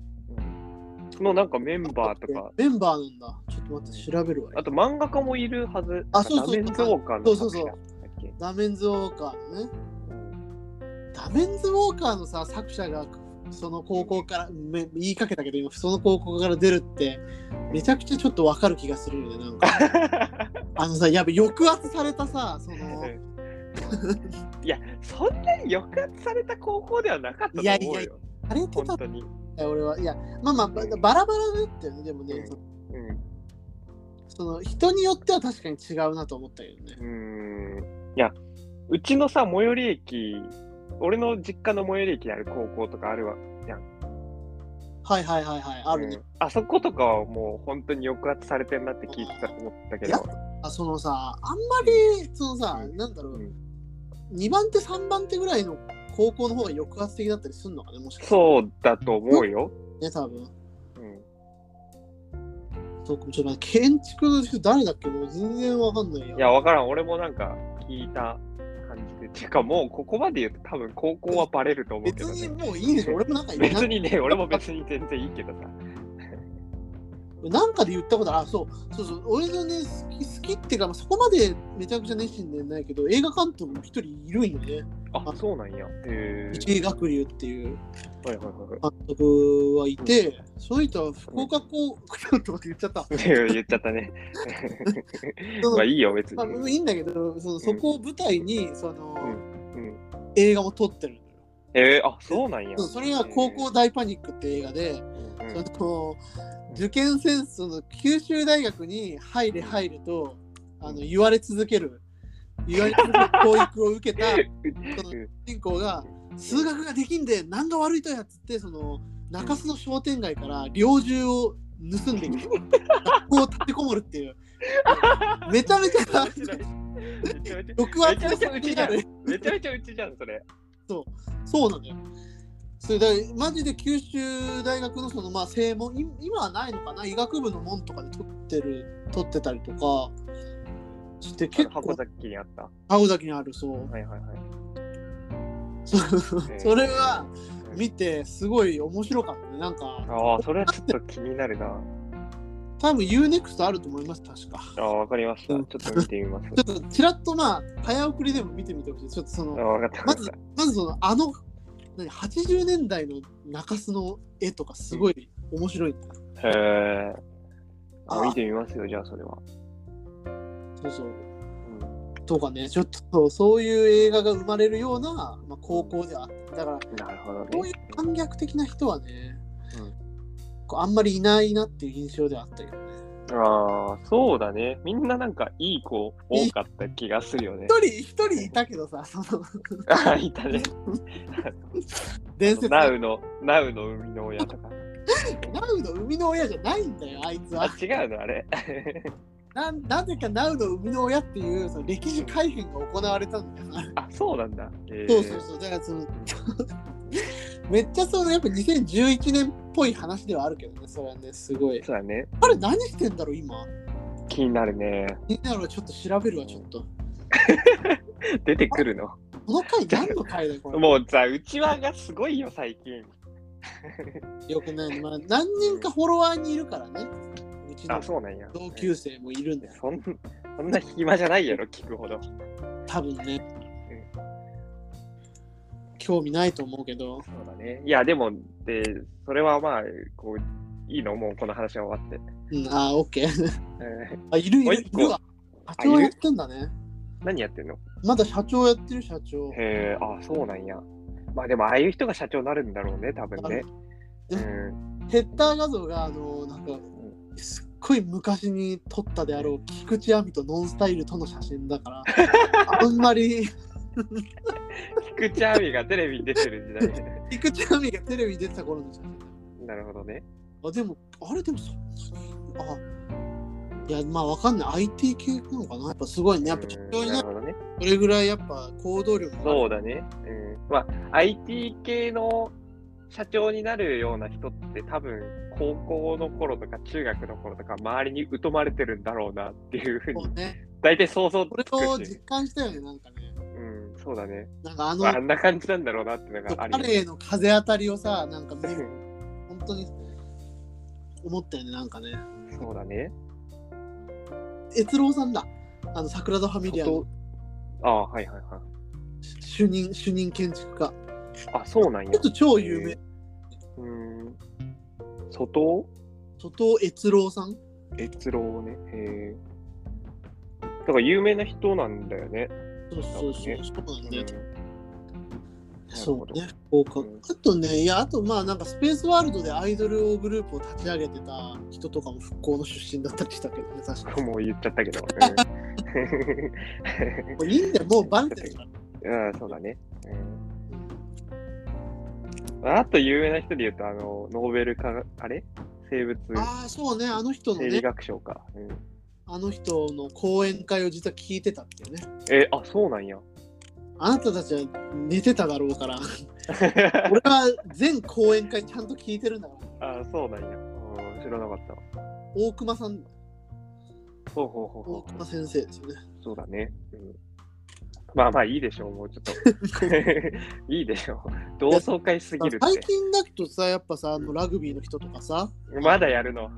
うん、のなんかメンバーとか、
メンバーなんだ。ちょっと待って、調べるわ
あ。と漫画家もいるはず。
あそうそう
ダメンズ・ウォーカー
そ
の
うそうそう
作者だっけ。
ダメンズ・ウォーカーのね。ダメンズ・ウォーカーのさ、作者がその高校から、め言いかけたけど、今、その高校から出るって、めちゃくちゃちょっとわかる気がするよね。なんか、 あのさ、やべ、抑圧されたさ、その、
いや、そんなに抑圧された高校ではなかったと思うよ。
いやいやいやあれって
本
たん
当に。
だよ、俺は。いや、まあまあ、ばバラバラだったよね、でもね。
うんう
その人によっては確かに違うなと思ったけどね。
ん。うん。いや、うちのさ、最寄り駅、俺の実家の最寄り駅にある高校とかあるわ。
はいはいはいはい、あるね
う。んあそことかはもう本当に抑圧されてるなって聞いてたと思ったけ
いや
ど。
あそのさ、あんまり、そのさ、
うん
なんだろう、
うん
2番手、3番手ぐらいの高校の方が抑圧的だったりするのかね、もしかして。
そうだと思うよ。
ね、多分。
うん。
そうかもしれない。建築の人誰だっけもう全然わかんないよ。
いや、わからん。俺もなんか聞いた感じで。てかもうここまで言うと多分高校はバレると思うけ
別
ど
に
ね。
もういいでしょ、俺もなんか
別
な
にね、俺も別に全然いいけどさ。
なんかで言ったことある、そう、そうそう、俺のね、好き好きっていうか、まあそこまでめちゃくちゃ熱心でないけど、映画監督も一人いるんよね。
あ、そうなんや。へ
一井学流っていう。
ーはいはいはい
監督はいて、その人は福岡高校、とか言っちゃった。
はい。言っちゃったね。
その
まあいいよ、別に。
まあ、いいんだけどそのそこを舞台にその、
うん
映画も撮ってるのよ。
えー、あ、そうなんや。
そうそれが「高校大パニック」って映画で、
うん
その受験戦争の九州大学に入れ入るとあの言われ続ける言われ続ける教育を受け たその主人公が数学ができんで何が悪いとやっつってその中洲の商店街から猟銃を盗んでき て学校を立てこもるっていうめちゃめちゃ
面白いめちゃめちゃ
毒圧
めちゃめちゃうちじゃん
る
めちゃめちゃうちじゃん、それ。
そうなのよ。それだからマジで九州大学のそのまあ正門い今はないのかな医学部の門とかで取ってる取ってたりとかして結構
箱崎にあった。は
青崎にあるそう
いはいはい。
そう
ー
それは見てすごい面白かったねなんか
ああ、それはちょっと気になるな。あ
多分 UNEXT あると思います確か
あ、わかりました。ち
う
ょ
ん
っと見てみます。
ちょっとちらっとまあ早送りでも見てみてほしいちょっとそ
あ
の
わかったわ
ま
かっ
ず
た。
まずそのあの何80年代の中洲の絵とかすごい面白いんだよ
へえ。あ
あ
見てみますよ、じゃあそれは。
そうそう
うん
とかね、ちょっとそういう映画が生まれるような、まあ、高校ではあった。だから、
なるほど
そうい
ね
う。反逆的な人はね、
うん
こうあんまりいないなっていう印象ではあったけどね。
ああ、そうだね。みんななんかいい子多かった気がするよね。
一人、一人いたけどさ、その
ああ、 いたね。
伝説
ナ
ナウ
ウの、ナウの生みの親とか。
の生みの親じゃないんだよ、あいつ
あ
は。、
違うのあれ。
ななぜかナウの生みの親っていうその歴史改変が行われたんだよな。
あ、そうなんだ。えー
そうそうそう、だからその、 めっちゃそのやっぱ2011年っぽい話ではあるけどね、それはね、すごい。
そうだね。
あれ何してんだろう、今。
気になるね。
みんなのちょっと調べるわ、ちょっと。
出てくるの。
この回何の回だよ、これ。
もうさ、うちわがすごいよ、最近。
よくない、まあ。何人かフォロワーにいるからね。うちの
あ、そうなんや。
同級生もいるんだよ。
そんそんな暇じゃないやろ、聞くほど。
多分ね。興味ないと思うけど。
そうだね。いや、でも、で、それはまあ、こう、いいのもうこの話は終わって。
うん、あー、オッケー。
うん
あ、いるい
もう
る。
一
い
個
るわ。社
あい
長
る
やってんだね。
何やってんの
まだ社長やってる社長。
へえ、あ、そうなんや。まあでも、ああいう人が社長になるんだろうね、多分ね。
う
うんん。
ヘッダー画像が、あの、なんか、すっごい昔に撮ったであろう菊池亜美とノンスタイルとの写真だ から、あんまり
菊池亜美がテレビに出てる時代。
菊池亜美がテレビに出てた頃の写真。
なるほどね。
あ、でも、あれでもそんなに、あ、いや、まあわかんない。IT 系なのかなやっぱすごいね。やっぱ
うん
社長に
な
な
るほどね。
それぐらいやっぱ行動力がある
そうだね。うん。まあ、IT 系の社長になるような人って多分、高校の頃とか中学の頃とか、周りに疎まれてるんだろうなっていうふう
そ
に
う、ね。
大体想像つ
これを
くし
実。感したよね、なんかね。
うん、そうだね。
なんかあの
まあ、あんな感じなんだろうなってのがあ
彼
る
へ
よ。
の風当たりをさ、なんかめ
うん
本当に思ったよね、なんかね。
そうだね。
悦郎さんだ。あの、桜田ファミリアの
ああ、はいはいは
主任、主任建築家。
い。あ、そうなんや
ちょっ。と超有名
へ。うん。外
外尾悦郎さん
越郎ね。へえ。だから有名な人なんだよね。
そうそうそう。そうなんだよ。そう
な
ね、福岡
うん
あとね、いや、あとまあなんかスペースワールドでアイドルグループを立ち上げてた人とかも復興の出身だったりしたけどね、確か
もう言っちゃったけど。
に。もういいんだよ、もうバレてるから。
うん、 うんそうだね。うん、あと有名な人で言うと、あの、ノーベル化学、あれ生物、
ああ、そうね、あの人の
生理
ね、
学賞か。うん、
あの人の講演会を実は聞いてたっていうね。
え、あ、そうなんや。
あなたたちは寝てただろう から、俺は全講演会ちゃんと聞いてるんだから。
あ、そうなんや。うん知らなかった。
大熊さん、
ほうほうほ
大
うほ
熊先生ですよ ね。
う。そうだね。うん、まあまあいいでしょう、もうちょっと。 いいでしょう。同窓会すぎるっ
最
て。
近だとさ、やっぱさ、あのラグビーの人とかさ、
まだやる の。
あ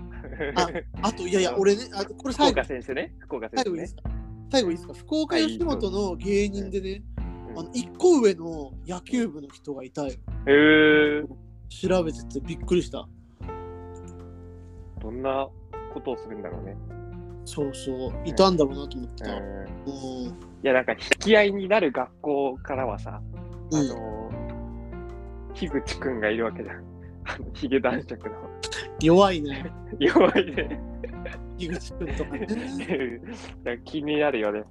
あと、いやいや、俺ね、あこれ
福
最後
岡先生ね。福岡先
最
生
後いいで
ね
す。か最後いいですか福岡吉本の芸人でね、
うん
あの1個上の野球部の人がいたよ。
へえー。
調べててびっくりした。
どんなことをするんだろうね。
そうそう、いたんだろうなと思ってた。
うん
うん
いや、なんか、引き合いになる学校からはさ、あ
うん
の樋口くんがいるわけじゃん。 あのヒゲ男爵の。
弱いね、
弱いね。
井口くんとか ね。
だから気に なるよね。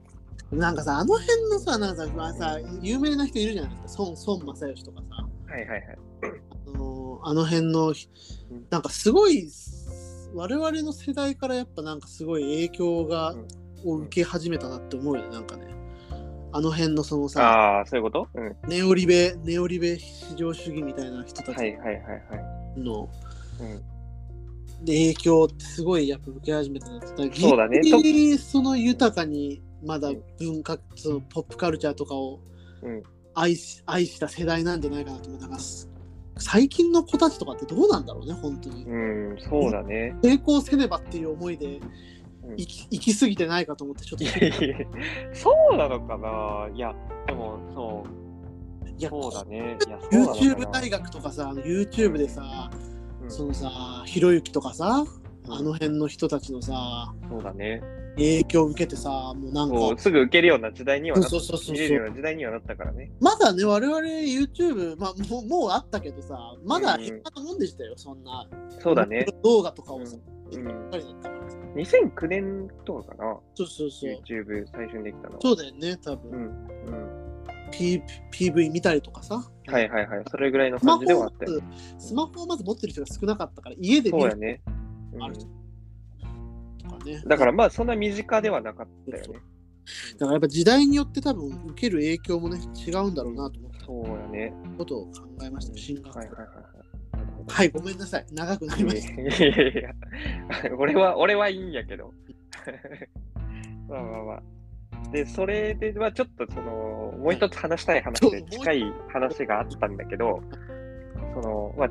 なんかさ、あの辺のさ、なんかさ、まあ、さ有名な人いるじゃないですか、孫孫正義とかさ、
はいはいはい。
あのーあの辺の
うん、
なんかすごい、我々の世代からやっぱなんかすごい影響が、
うん
を受け始めたなって思うよね、なんかね。あの辺のそのさ、
ああ、そういうことうん。は
ネオリベ、ネオリベ至上主義みたいな人た
いはい
ち
はいはい。
の、
うん
で影響ってすごいやっぱ受け始めたなって。だから
そうだね
ギリギリその豊かにまだ文化、そのポップカルチャーとかを
うん
愛し愛した世代なんじゃないかなと思う。なんかす最近の子たちとかってどうなんだろうね、本当に。
うん、そうだね。
成功せねばっていう思いで
うん
行き行き過ぎてないかと思ってちょっと
いやいやそうなのかないや、でも、そう、
いや
そうだね。いや、そうなのかな
YouTube 大学とかさあの YouTube でさ、
うん
そのさひろゆきとかさ、
うん
あの辺の人たちのさ
そうだね。
影響を受けてさもうなん
そう、
か
すぐ受けるような時代にはなっ
そうそうそうそう
見れるような時代にはなったからね。
まだね我々 YouTube まあもうもうあったけどさまだ
うん
平和なもんでしたよそんな
そうだね。
動画とか
う
をさ、
ん。うん
ばっかりだったからさ
2009年とかかな、
そうそうそう
YouTube 最初にできたのは。
そうだよね多分、
うんうん。
P PV 見たりとかさ
はいはいはい。それぐらいの
スマ
感
ホ
じではあ
を
った
ま
よ。
ずスマホをまず持ってる人が少なかったから家で見
そう
る
やね。うん
あるとかね
だからまあそんな身近ではなかったよね。
だからやっぱ時代によって多分受ける影響もね違うんだろうなと思った
そうやね。
ことを考えました、進学
はいはいは
はい、ごめんなさい、長くなりま
い
した。
はい。いやいやいや、 俺は、俺はいいんやけど。 まあまあまあ。で、それで、まあちょっとその、もう一つ話したい話で近い話があったんだけど、その、まあ、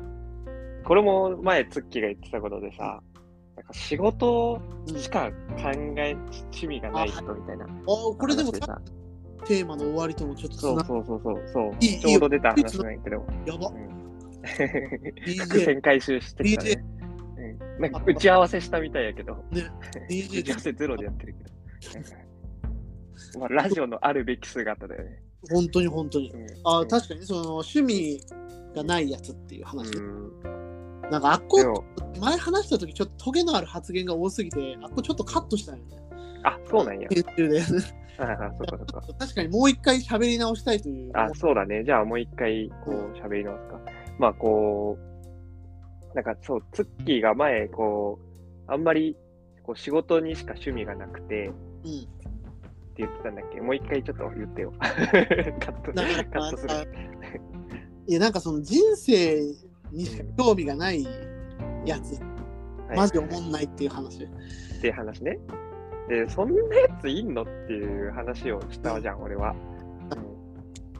これも前、ツッキーが言ってたことでさ、なんか仕事
うん
しか考え、趣味がない人みたいな。
あこれでも
話さ
テーマの終わりともちょっとつ
そう
な
そうそうそうそう。
いいいい
ちょうど出た話なんやけど。
やば
う、ん 伏
DJ、
線回収してきたね。うん、なんか打ち合わせしたみたいやけど、打
DJ
ち合わせゼロでやってるけど。まあ、ラジオのあるべき姿だよね。
本当に本当に
う。ん、
あ確かにその趣味がないやつっていう話、
うん、
なんかあっ
で
こ
も、
前話した時ちょっとトゲのある発言が多すぎてあっこちょっとカットしたよね
あ、そうなんや。
編集で
ああ、そっかそっか。
確かにもう一回喋り直したいという
あ、そうだね。じゃあもう一回、こう、喋りますか。まあ、こう、なんかそう、ツッキーが前、こう、あんまり、こう、仕事にしか趣味がなくて、
うん
って言ってたんだっけもう一回ちょっと言ってよ。カ ット
だから
カットする
あ。いやなんかその人生にしか興味がないやつ、
はい
マジおもんないっていう話、
っていう話ね。で、そんなやついんのっていう話をしたじゃん、俺は。うんうん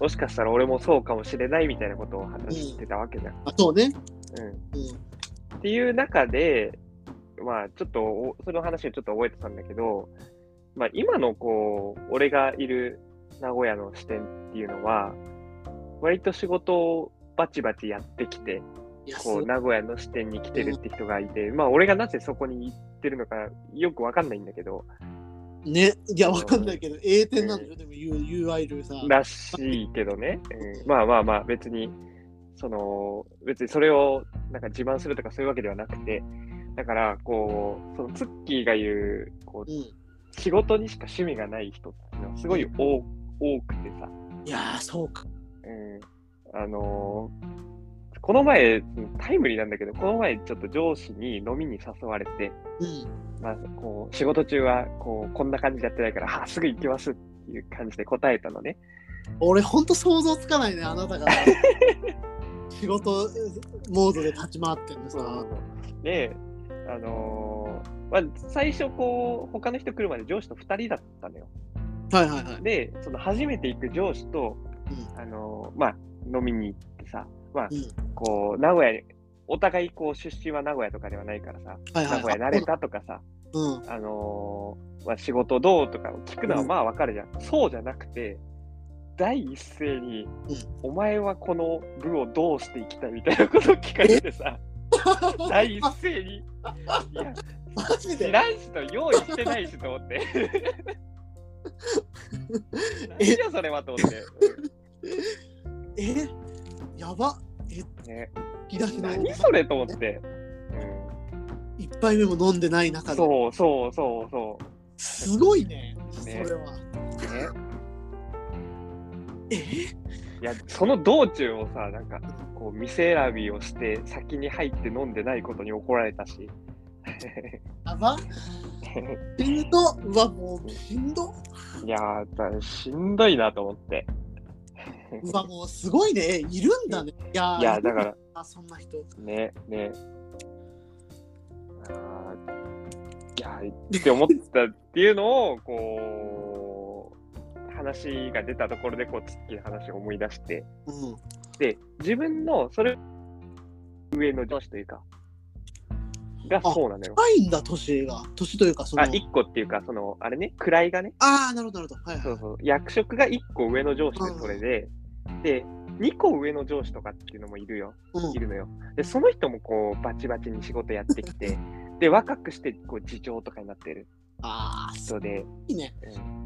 もしかしたら俺もそうかもしれないみたいなことを話してたわけじゃん。
あそうね、
う
うん、
ん、っていう中で、まあちょっとお、その話をちょっと覚えてたんだけど、まあ今のこう、俺がいる名古屋の支店っていうのは、割と仕事をバチバチやってきて、
いや
こ
そうう
名古屋の支店に来てるって人がいて、まあ俺がなぜそこに行ってるのかよくわかんないんだけど、
ねいやわかんないけど A 点なんでしょでも UI るさ
らしいけどね、うん、まあまあまあ別に、その別にそれをなんか自慢するとかそういうわけではなくて、だからこう、そのツッキーが言う、こ
うんいう
仕事にしか趣味がない人っていうのはすごい多多くてさ、
やーそうか
うん、あのーこの前、タイムリーなんだけど、この前ちょっと上司に飲みに誘われて、
うん
まあ、こう仕事中はこうこんな感じでやってないから、あすぐ行きますっていう感じで答えたのね。
俺ほんと想像つかないねあなた が仕事モードで立ち回ってんのさ
で、あのーまあ、最初こう、他の人来るまで上司と2人だったのよ。
はいはいはい
で、その初めて行く上司と、
う
あのーまあ、飲みに行ってさ、まあ
うん、
こう名古屋に、お互いこう出身は名古屋とかではないからさ、
はい
名
はい
古屋慣れたとかさ、
うん
あのーまあ、仕事どうとかを聞くのはまあわかるじゃん、そうじゃなくて第一声に、お前はこの部をどうしていきたいみたいなことを聞かれてさ第一声にいや
マジ
知
で
らんしと用意してないしと思って 何
え
やそれはと思って
えやばえ
ね、
引き出しの
何それと思って、
一杯目も飲んでない中で
そうそうそうそ
すごいねそ
ね
れは、
う、ね、
えー
いやその道中をさなんかこう店選びをして先に入って飲んでないことに怒られたし
や ばしんどうわもうしんど
いやーしんどいなと思って
うわもうすごいねいるんだねいやー
いやだから
あそんな人
ねねあーいやーって思ってたっていうのをこう話が出たところでこうつっきり話を思い出して
うん
で自分のそれ上の上司というかが
あ
そうなのよ
高いんだ年が年というかその
あ一個っていうかそのあれね位がね
ああなるほどなるほどはいはい
そうそう役職が1個上の上司でそれで、で2個上の上司とかっていうのもいるよ
うん
いるのよでその人もこうバチバチに仕事やって きてで若くしてこう次長とかになってる
ああす
人で、
ごいね
うん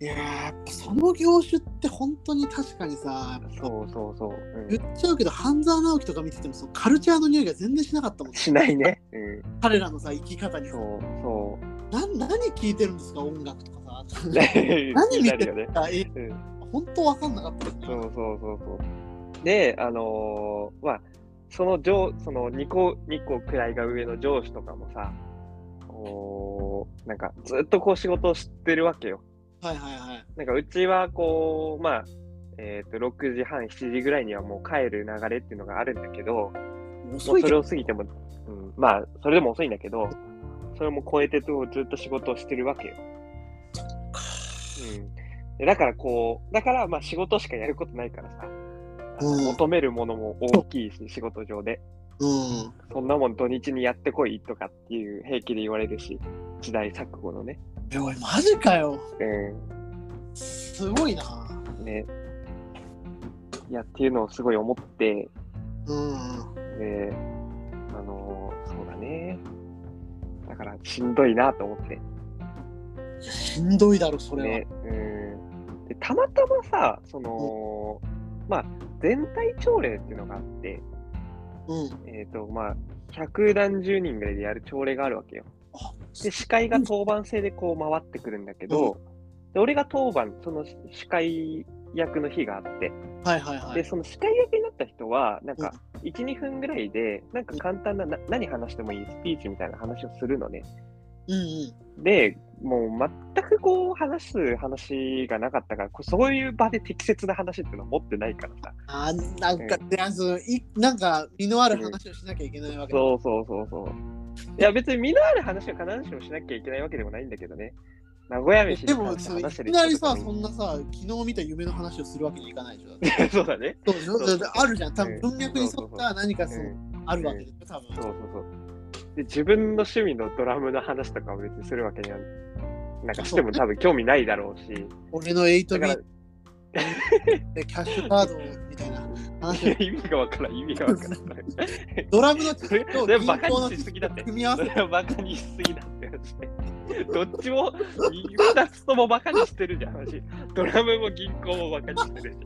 いやーやっぱその業種って本当に確かにさ
うん、そうそうそう、う
言
ん、
っちゃうけど半沢直樹とか見ててもそのカルチャーの匂いが全然しなかったもん
しないね、うん、
彼らのさ生き方に
そ
さ
うそ
な何聴いてるんですか音楽とか さ
う何
何見て
るよね
る、かえ
うん
本当わかんなかった
そうそうそうそう。で、あのーまあ、その上、その2個、2個位が上の上司とかもさ、こう、なんかずっとこう仕事を知ってるわけよ。
はいはいはい
なんかうちはこう、まあ、えっ、と、6時半、7時ぐらいにはもう帰る流れっていうのがあるんだけど、も
遅
う
い
そ
け
れ
ど
を過ぎても、うん、まあ、それでも遅いんだけど、それも超えてとずっと仕事をしてるわけよ。うんで、だからこう、だからまあ仕事しかやることないからさ、あの
うん
求めるものも大きいし、仕事上で、
うん
そんなもん土日にやってこいとかっていう平気で言われるし、時代錯誤のね。
えおいマジかよ
う
すごいな
うん、ね。いや、っていうのをすごい思って、
うん
で、あのーそうだね。だからしんどいなと思って。
いやしんどいだろそれは、
ね、うんでたまたまさその、まあ全体朝礼っていうのがあって
うん
えっ、とまあ百何十人ぐらいでやる朝礼があるわけよ
あ
で司会が当番制でこう回ってくるんだけど、で俺が当番その司会役の日があって
はいはいは
で
い
その司会役になった人はなんか12分ぐらいでなんか簡単なな何話してもいいスピーチみたいな話をするのね
うんうん
で、もう全くこう話す話がなかったから、こうそういう場で適切な話っていうのは持ってないからさ。
あーなんか、であのいなんか身のある話をしなきゃいけないわけだ、
そうそうそうそう。いや別に身のある話を必ずしもしなきゃいけないわけでもないんだけどね。名古屋飯
でもそのい
話して
き
る
なり
人と
さ
か
そ
も
んなさ昨日見た夢の話をするわけにいかないでしょだって
そうだね。
そうそう
そう
だってあるじゃん多
う
分
ん
文脈に沿った何
う
か
ん、
そ
そうう
あるわけでしょ多分
そうそう。で、自分の趣味のドラムの話とかを別にするわけには、なんかしても多分興味ないだろうし。
俺のエイト
だ
ビ
から
ー、でキャッシュカードみたい ない
や
話
意味がわからん、意味がわからん。
ドラムの知
それ
識
そ
と
れ
銀
バカ
行の
に
知
しすぎだっ
識を。
て
組み合わ
そ
せ
れはバカにしすぎだって話ねどっちも2つともバカにしてるじゃん話ドラムも銀行もバカにしてるじ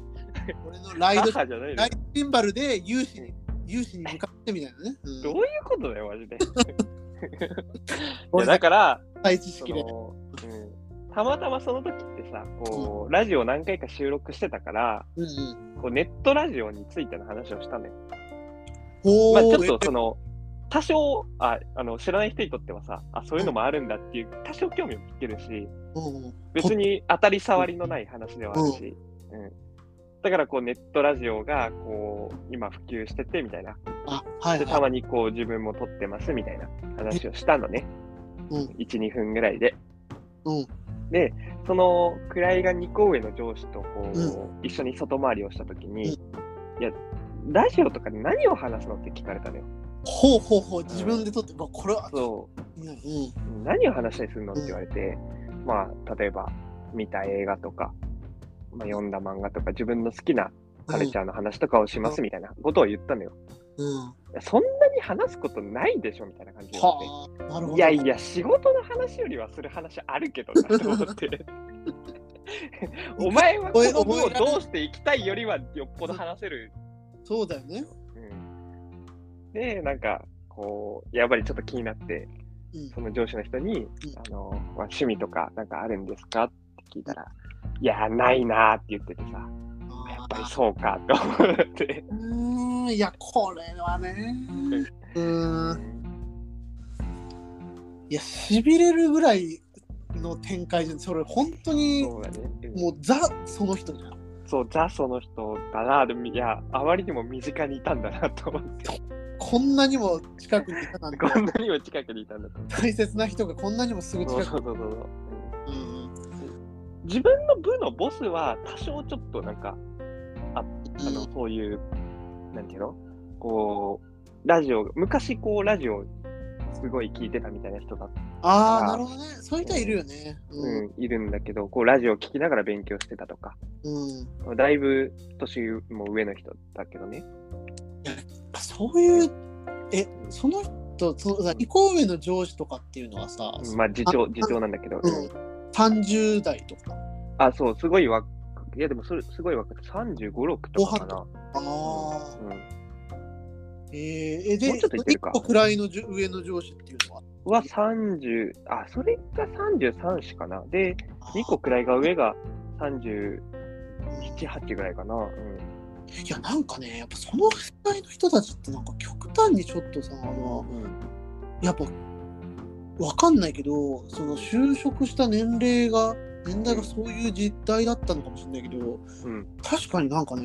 俺の
ゃ
ラ
ん
イド
母じゃないの
ライドシンバルで融資に融資に向かってみたいなね、うん、
どういうことだよマジでいや
俺
だ
の
から
大知
そ
識で
の、うん、たまたまその時ってさこうラジオ何回か収録してたから
うんうん
こうネットラジオについての話をしたのよ、
ほ
まあ、
ー
ちょっとその多少ああの知らない人にとってはさあそういうのもあるんだっていう多少興味を聞けるし、
うんうん
別に当たり障りのない話ではあるし、うんだからこうネットラジオがこう今普及しててみたいな、
あはい
で
は
た
い
まにこう自分も撮ってますみたいな話をしたのね、
うん
1、2分ぐらいで。
うん
で、その位が2個上の上司とこう、一緒に外回りをしたときに、いや、ラジオとかで何を話すのって聞かれたのよ。
ほうほうほう自分で撮って、まあ、これは
そう
うんうん
何を話したりするのって言われて、まあ、例えば見た映画とか、まあ、読んだ漫画とか自分の好きなカルチャーの話とかをしますみたいなことを言ったのよ。
うん
いやそんなに話すことないでしょみたいな感じで言われて。
はあなるほど
いやいや、仕事の話よりはする話あるけどなと思って。お前はこ
覚
の
え
分を
覚えられない
どうしていきたいよりはよっぽど話せる。
そうだよね。
うん、で、なんか、こう、やっぱりちょっと気になって、
うん
その上司の人に、あの、まあ趣味とかなんかあるんですかって聞いたら、いや、ないなーって言っててさ、やっぱり
あ
そうかと思って。
ーうーん、いや、これはね。うーん、いや、しびれるぐらいの展開じゃん。それ、本当に、
そうだね。うん
もうザ、その人じゃん。
そう、ザ・その人だな、でも、いや、あまりにも身近にいたんだなと思って、
こんなにも近くにいたなんて、
こんなにも近くにいたんだと思
大切な人がこんなにもすぐ
って。そう
近
そ
く
うそうそう。
うん
うん自分の部のボスは多少ちょっとなんか、ああの、そういう、なんていうのこう、ラジオ、昔こう、ラジオすごい聞いてたみたいな人だ
あ
あ
あ、
ー
なるほどね。そういう人はいるよね。う。
うんん、いるんだけど、こうラジオを聞きながら勉強してたとか、
うん。や
だいぶ年も上の人だけどね。
っぱそういう、え、その人、そのさ、以降上の上司とかっていうのはさ、
うんまあ、次長、次長なんだけど。
うん、30代とか。
あ、そう、すごい若いや、でもそれ、すごい若くて、35、6とかかな。
ああ。
うん。
えー、えで、
もうちょっと言ってるか
一個くらいのじゅ上の上司っていうのは
は30、あ、それが33しかな。で、2個くらいが上が37、8ぐらいかな。うん。
いや、なんかね、やっぱその世代の人たちってなんか極端にちょっとさ、あの
うん
やっぱ、わかんないけど、その就職した年齢が、年代がそういう実態だったのかもしれないけど、
うん
確かになんかね、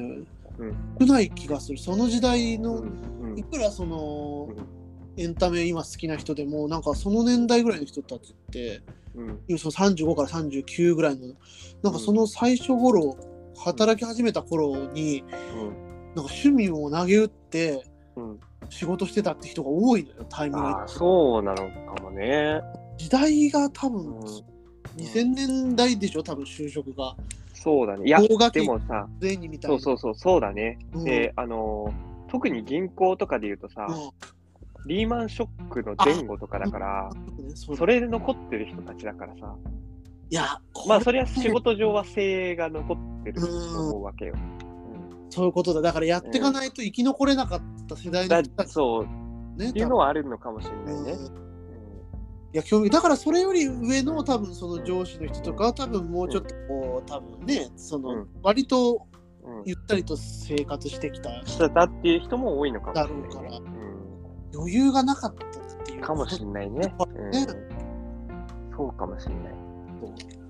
うん
少ない気がする。その時代
う
の、
ん。
いくらその
うん、
エンタメ今好きな人でも、なんかその年代ぐらいの人たちって、
うん。うん。
その35から39ぐらいのなんかその最初頃、働き始めた頃になんか趣味を投げ打って
うん。
仕事してたって人が多いのよタイムライン
ああ、そうなのかもね。
時代が多分、
うん
2000年代でしょ多分就職が
そうだね。いや、
大垣
でもさ、
全にみたい
そ
な
うそうそう、そうだね。
うん
で、あのー特に銀行とかで言うとさ、
う
リーマンショックの前後とかだから、
んねそうだ
それで残ってる人たちだからさ、
いやこれ
まあそれは仕事上は精鋭が残ってると思うわけよ。
そういうことだだからやっていかないと生き残れなかった世代の
だ
人たち
そう、
ね
っていうのはあるのかもしれないね
うん。いや興味だからそれより上の多分その上司の人とかは多分もうちょっとこう多分ねそうの
ん
割と
うんうん
ゆったりと生活してきた
してたっていう人も多いのかもしれない、ね。
だろうから
う、
余裕がなかったっていうん
かもしれないね。うん
ね
そうかもしれない。うん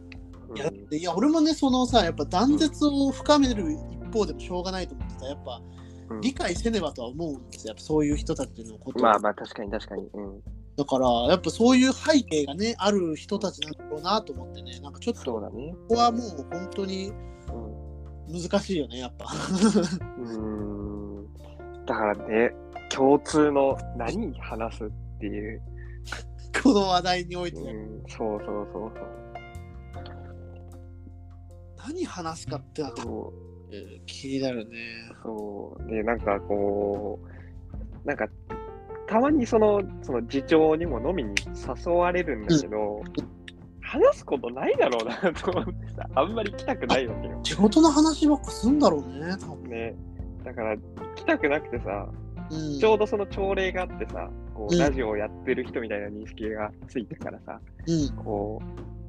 いやだっていや俺もねそのさやっぱ断絶を深める一方でもしょうがないと思ってたやっぱ
うん
理解せねばとは思うんですよやっぱそういう人たちのことを
まあまあ確かに確かに。うん、
だからやっぱそういう背景がねある人たちなんだろうなと思ってねなんかちょっと
そ
こ
うだね。
こはもう本当に
うん
難しいよねやっぱ
うーんだからね、共通の何話すっていう、
この話題においうてね、
ん、そうそうそう
何話すかってなって
そうそう
気になるね。
そうでなんかこうなんかたまにそのその次長にも飲みに誘われるんだけど、話すことないだろうなと思ってさあんまり来たくないわけよ。
仕事の話ばっかすんだろうね、多分。
ねだから来たくなくてさ
うん
ちょうどその朝礼があってさこ
う
うんラジオをやってる人みたいな認識がついてからさ
うん、
こ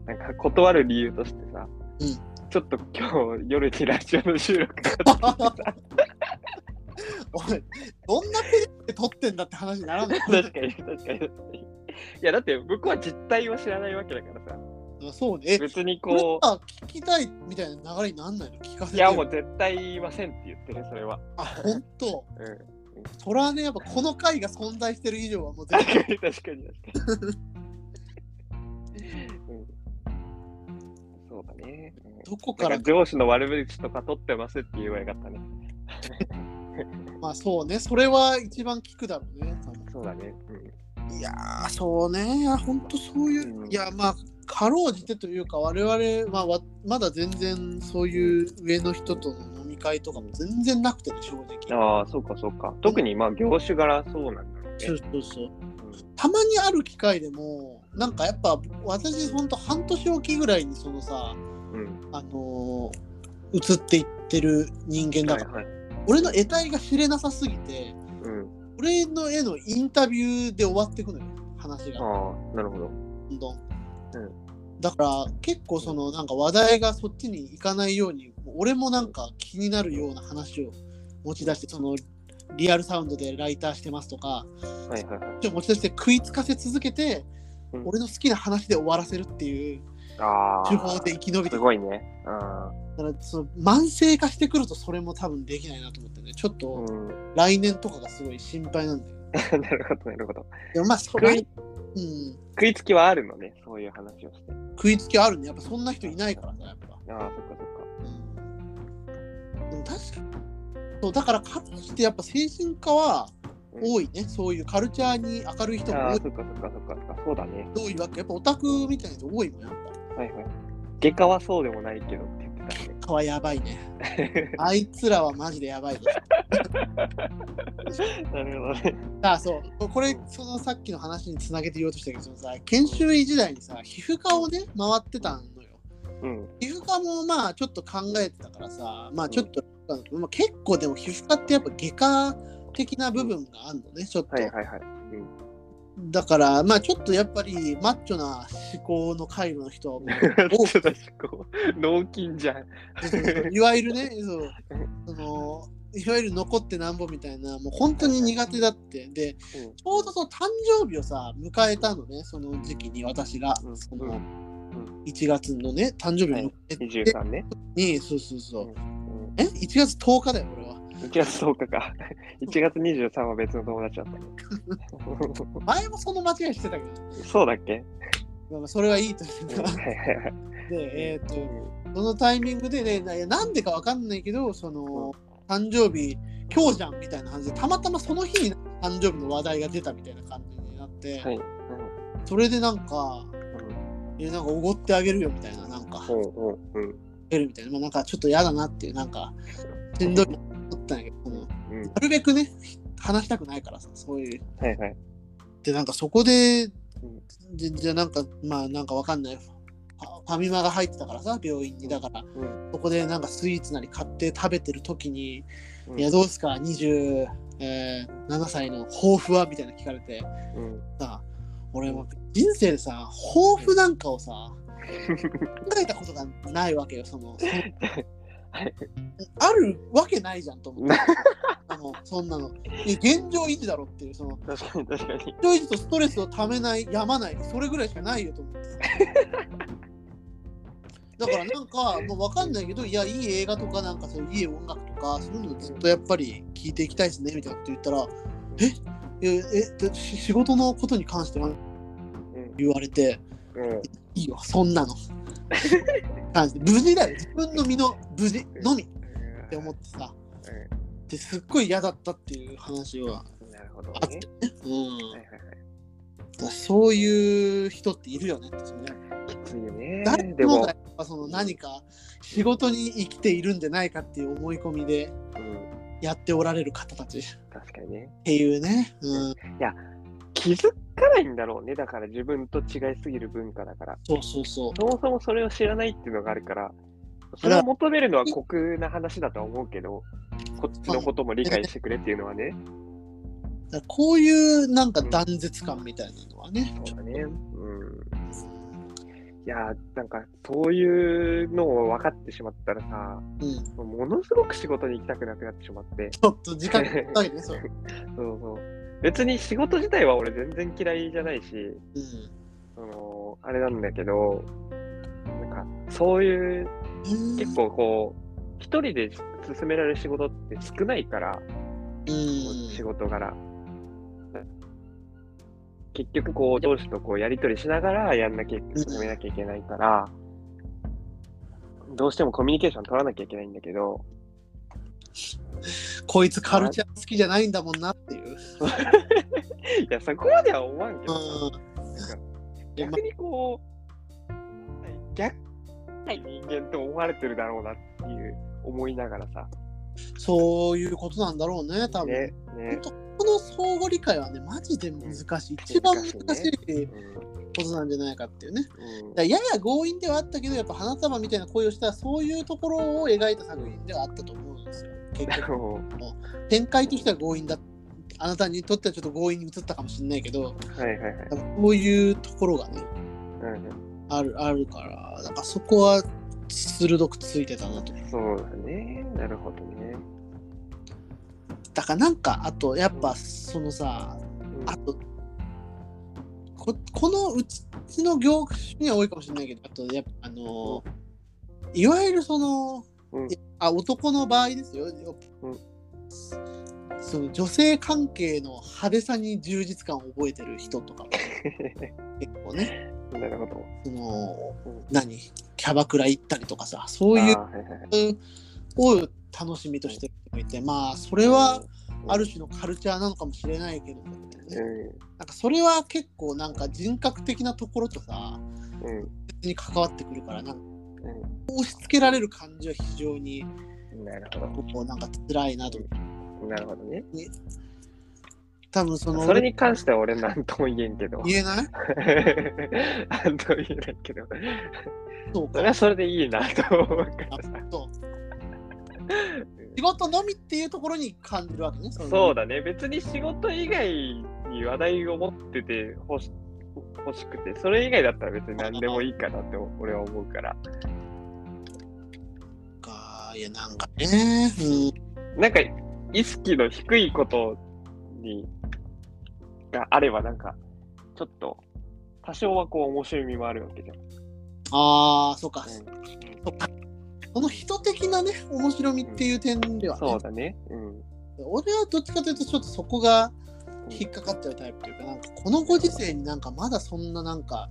う、なんか断る理由としてさ、
うん
ちょっと今日夜にラジオの収録があって さ
おい、どんなペースで撮ってんだって話になら ない。
確かに確かに確かに。いや、だって僕は実態を知らないわけだからさ、
そうね。え、
別に
こ
こ
れさ、聞きたいみたいな流れになんないの聞かせ
う、
て。
いや、もう絶対言いませんって言ってる、それは。
あ、ほんと。
うん。
それはね、やっぱこの回が存在してる以上はもう
確
絶
か
対。
に確かに確か に。うんそうだね。うん
どこ
な
か
ん
ら
か、上司の悪口とか取ってますって言えばよかったね。
まあそうね、それは一番聞くだろうね。多分
そうだね。
いやー、そうね、いやほんとそういう、
うん
いや、まあ、かろうじてというか、我々、まあ、わまだ全然そういう上の人との飲み会とかも全然なくてね、正
うん、
直。
ああ、そうかそうか。特にまあ業種柄そうなんだろうね。
そうそうそう。たまにある機会でも、なんかやっぱ、私、ほんと半年おきぐらいに、そのさ、
うんうん。
あのー移っていってる人間だ
は
から、
いはい。
俺の得体が知れなさすぎて
うん。
俺の絵のインタビューで終わってくのよ話が
ああ、なるほど。
どんどん、
うん
だから結構そのなんか話題がそっちに行かないように俺もなんか気になるような話を持ち出してそのリアルサウンドでライターしてますとか
はいはいはい。
ちょっと持ち出して食いつかせ続けて、
うん
俺の好きな話で終わらせるっていう
ああ。
手法で生き延びて
す
る
ごいね。あ
だからその慢性化してくるとそれも多分できないなと思ってねちょっ
あ。
と
うん。
来年とかがすごい心配なんだよ、
なるほど、なるほど。
でもまあそ
食
れ、
い
うん、
食いつきはあるのね、そういう話をして。
食いつきあるねやっぱそんな人いないからさやっぱ、
ああ、そっかそっか。
うん、でも確かにそうだからかといってやっぱ精神科は多いね、そういうカルチャーに明るい人
あ
も
あ、
多い
そっかそっかそっかそっか。そうだね。
多いわけやっぱオタクみたいな人多いもんやっぱ
はいはい。外科はそうでもないけどって言ってたね。
かはやばい ねあいつらはマジでやばいぞ
なるほどね。
あそうこれそのさっきの話につなげて言おうとしたけどそのさ研修医時代にさ皮膚科をね回ってたのよ
うん。
皮膚科もまあちょっと考えてたからさまあちょっと、まあ、結構でも皮膚科ってやっぱ外科的な部分があるのねちょっと、
はいはいはい。
だからまあちょっとやっぱりマッチョな思考の回路の人は も
うん。
う
ちょっとこう、脳筋じゃん。
いわゆるね そうそのいわゆる残ってなんぼみたいなもう本当に苦手だってで
うん
ちょうどそう誕生日をさ迎えたのねその時期に私が、
うん
そうの
ん
1月のね誕生日を迎えて
23ね。
に、そうそうそう、
うん
え1月10日だよ俺は
1月10日か。1月23は別の友達 だったね。
前もその間違いしてたけど
そうだっけ
まあまあそれはいいとして
うん
た
はいはいはい。
でえっ、とそのタイミングでねななんでかわかんないけどその誕生日今日じゃんみたいな感じでたまたまその日に誕生日の話題が出たみたいな感じになって、
はい。
それでなんかえなんかおごってあげるよみたいななんか
うん。うん。うん。うん
えるみたいな、まあ、なんかちょっと嫌だなっていうなんかしんどいなと思ったんやけどそのな
うん。
るべくね話したくないからさそういう
はいはい。
でなんかそこでじじゃあなんかまあなんかわかんないファファミマが入ってたからさ病院にだから、
う
そこでなんかスイーツなり買って食べてる時に「
うん
いやどうすか27歳の抱負は?」みたいなの聞かれて
うん。
さ俺も人生でさ抱負なんかをさ考えたことがないわけよそのその
はい
あるわけないじゃんと思ってあのそんなのいや現状維持だろっていうその
確かに確かに。
一人とストレスをためない、やまない、それぐらいしかないよと思ってさだからなんか、まあ、わかんないけど、いや、いい映画とか、なんかそう、いい音楽とか、そういうのずっとやっぱり聞いていきたいですね、みたいなこと言ったら、えええでし仕事のことに関しては
うん。
言われて、
うん。
いいよ、そんな の。感じで無事だよ、自分の身の無事のみっ
って
思ってさ、
う
ですっごい嫌だったっていう話は、
んなるほど
あっ
ね。
うん、
はいはいは
だからそういう人っているよねって、そのね。
い。きついね
誰。
で
も
も
がや、っぱその何か仕事に生きているんじゃないかっていう思い込みで
うん、
やっておられる方たちっ
確かにね。
ていうね。うん、
気づかないんだろうね。だから自分と違いすぎる文化だから。
そうそうそう。
そもそもそれを知らないっていうのがあるから、それを求めるのは酷な話だとは思うけど、こっちのことも理解してくれっていうのはね。
だからこういうなんか断絶感みたいなのはね。
そうだね。うん。いやー、なんかそういうのを分かってしまったらさ、
うん、ち
ものすごく仕事に行きたくなくなってしまって。
ょっと時間かかったわけね、そう。
そうそう。別に仕事自体は俺全然嫌いじゃないし、
うん
そのあれなんだけど、なんかそういう
うん
結構こう、一人で進められる仕事って少ないから、
う
仕
ん
事柄。結局こう上司とこうやり取りしながらやんなきゃ進めなきゃいけないから、どうしてもコミュニケーション取らなきゃいけないんだけど、
こいつカルチャー好きじゃないんだもんなっていう。
いや、そこまでは思わんけどさ、
ういやま
逆にこう、逆ない人間と思われてるだろうなっていう思いながらさ、
ん、そういうことなんだろうね、多分。
ね、
本
ね、
当この相互理解はね、マジで難しい。
ん
一番
難しいね
難しい
うん
ことなんじゃないかっていうね。
うん
だからやや強引ではあったけど、やっぱ花束みたいな恋をしたそういうところを描いた作品ではあったと思うんですよ。結
で
局
も
展開としては強引だあなたにとってはちょっと強引に映ったかもしれないけど
はいはいはい。
そういうところがね
うん、
あるあるからだからそこは鋭くついてたなと
そうだね。なるほどね。
だからなんかあとやっぱそのさ
うん
あとここのうちの業種には多いかもしれないけどあとやっぱあのいわゆるその、
うん
あ男の場合ですよ、
うん
その女性関係の派手さに充実感を覚えてる人 とかも結構ね
なるほど。
その、
うん
何キャバクラ行ったりとかさそういう
あーはいはいはい
を楽しみとしてる人もいてまあそれはある種のカルチャーなのかもしれないけど、
う
ね、
ん
なんかそれは結構なんか人格的なところとさ
うん
別に関わってくるからなんか
う
押し付けられる感じは非常に
ん。なるほ
こうなんか辛いなと
ど。なるほどね。
多分その
それに関しては俺なんとも言えんけど。
言えない
なんとも言えないけど。
そうか
それはそれでいいなと思うからさ。
そう仕事のみっていうところに感じるわけねその
そうだね。別に仕事以外に話題を持っててほし欲しくて、それ以外だったら別に何でもいいかなって俺は思うから。
かいやなんかねうん
なんか意識の低いことにがあればなんかちょっと多少はこう面白みもあるわけじゃん。
ああそうか、その人的なね面白みっていう点では、ね
そうだね。うん。
俺はどっちかというとちょっとそこが引っかかっちゃうタイプというかなんかこのご時世になんかまだそんななんか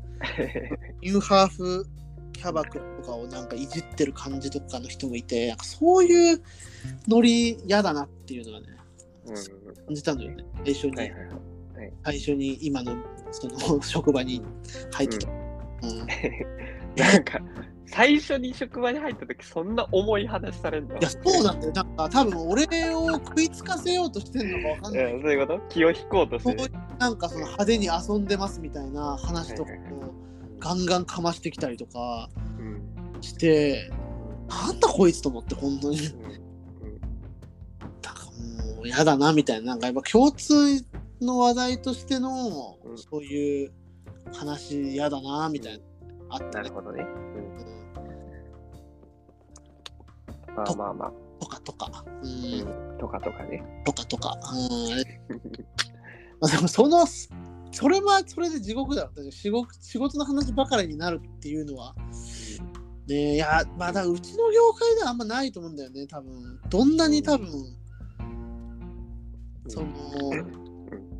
ニューハーフキャバクラとかをなんかいじってる感じとかの人もいてなんかそういうノリ嫌だなっていうのはね
うん
感じたのよね最初に、
はいはいはい
最初に今のその職場に入ってきた、うんい
なんか最初に職場に入った時そんな重い話されるの
やそうなんだよなんか多分俺を食いつかせようとしてるのかわかん
うん
ないけど
そういうこと気を引こうとし
そう
て
いうなんかその派手に遊んでますみたいな話とか
はいはい
をガンガンかましてきたりとか
うん
してなんだこいつと思って本当に なん
う
かもうやだなみたいななんかやっぱ共通の話題としての
うん
そういう話やだなみたいなあっ
ん
た
な
ね
るほどね。
うん
まあまあまあ。
とかとかう
うんんとかとかね。
とかとかうん まあでもそのそれはそれで地獄だよ私仕事仕事の話ばかりになるっていうのはねいやまだうちの業界ではあんまないと思うんだよね多分どんなに多分その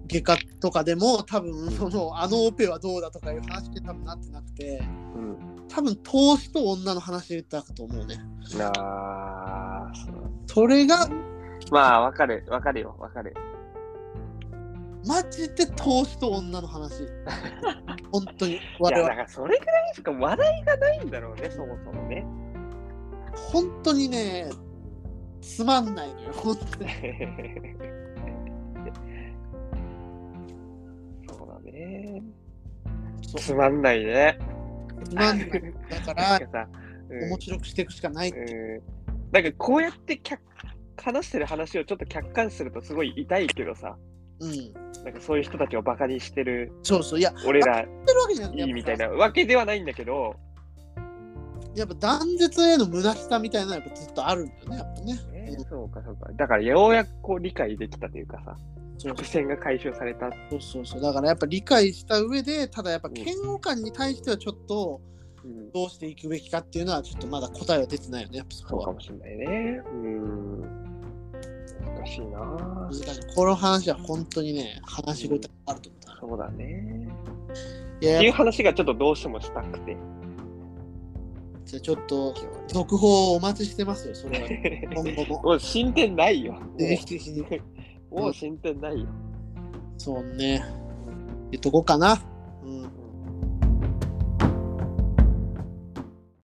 外科とかでも多分そのあのオペはどうだとかいう話で多分なってなくて
うん。
多分投資と女の話だと思うね
なあそう
それが
まあ、わかる、わかるよ、わかる。
マジで投資と女の話本当に
い
我
や、
々
だからそれぐらいしか話題がないんだろうね、そもそもね。
本当にねつまんないのよ本当に
そうだね。
そう
つまんないね。
つまんないだか
な
ら
んかさ、うん
面白くしていくしかないって
うん、なんかこうやって客話してる話をちょっと客観視するとすごい痛いけどさ、
うん
なんかそういう人たちをバカにしてる
そうそういや
俺ら
言ってるわけじゃなくて
いいみたい
やっぱ
なわけではないんだけど、
やっぱ断絶への虚しさみたいなのはやっぱずっとあるんだよねやっぱね
ねそうかそうか。だからようやくこう理解できたというかさ、
そう
伏線が回収された。
そうそうそうだからやっぱ理解した上でただやっぱ嫌悪感に対してはちょっと
うん
どうしていくべきかっていうのはちょっとまだ答えは出てないよねやっぱそこ
そうか
は
もしれないね。うん。難しいなぁ
難しいこの話は本当にね話し事があると思った、
そうだね。
い
っ
や
て
い
い
うや
話がちょっとどうしてもしたくて。
じゃあちょっと
今日
続報をお待ちしてますよそ れは今後も
もう進展ないよ。
定期的に
もう進展ないよ。
そうね言っとこうかなうん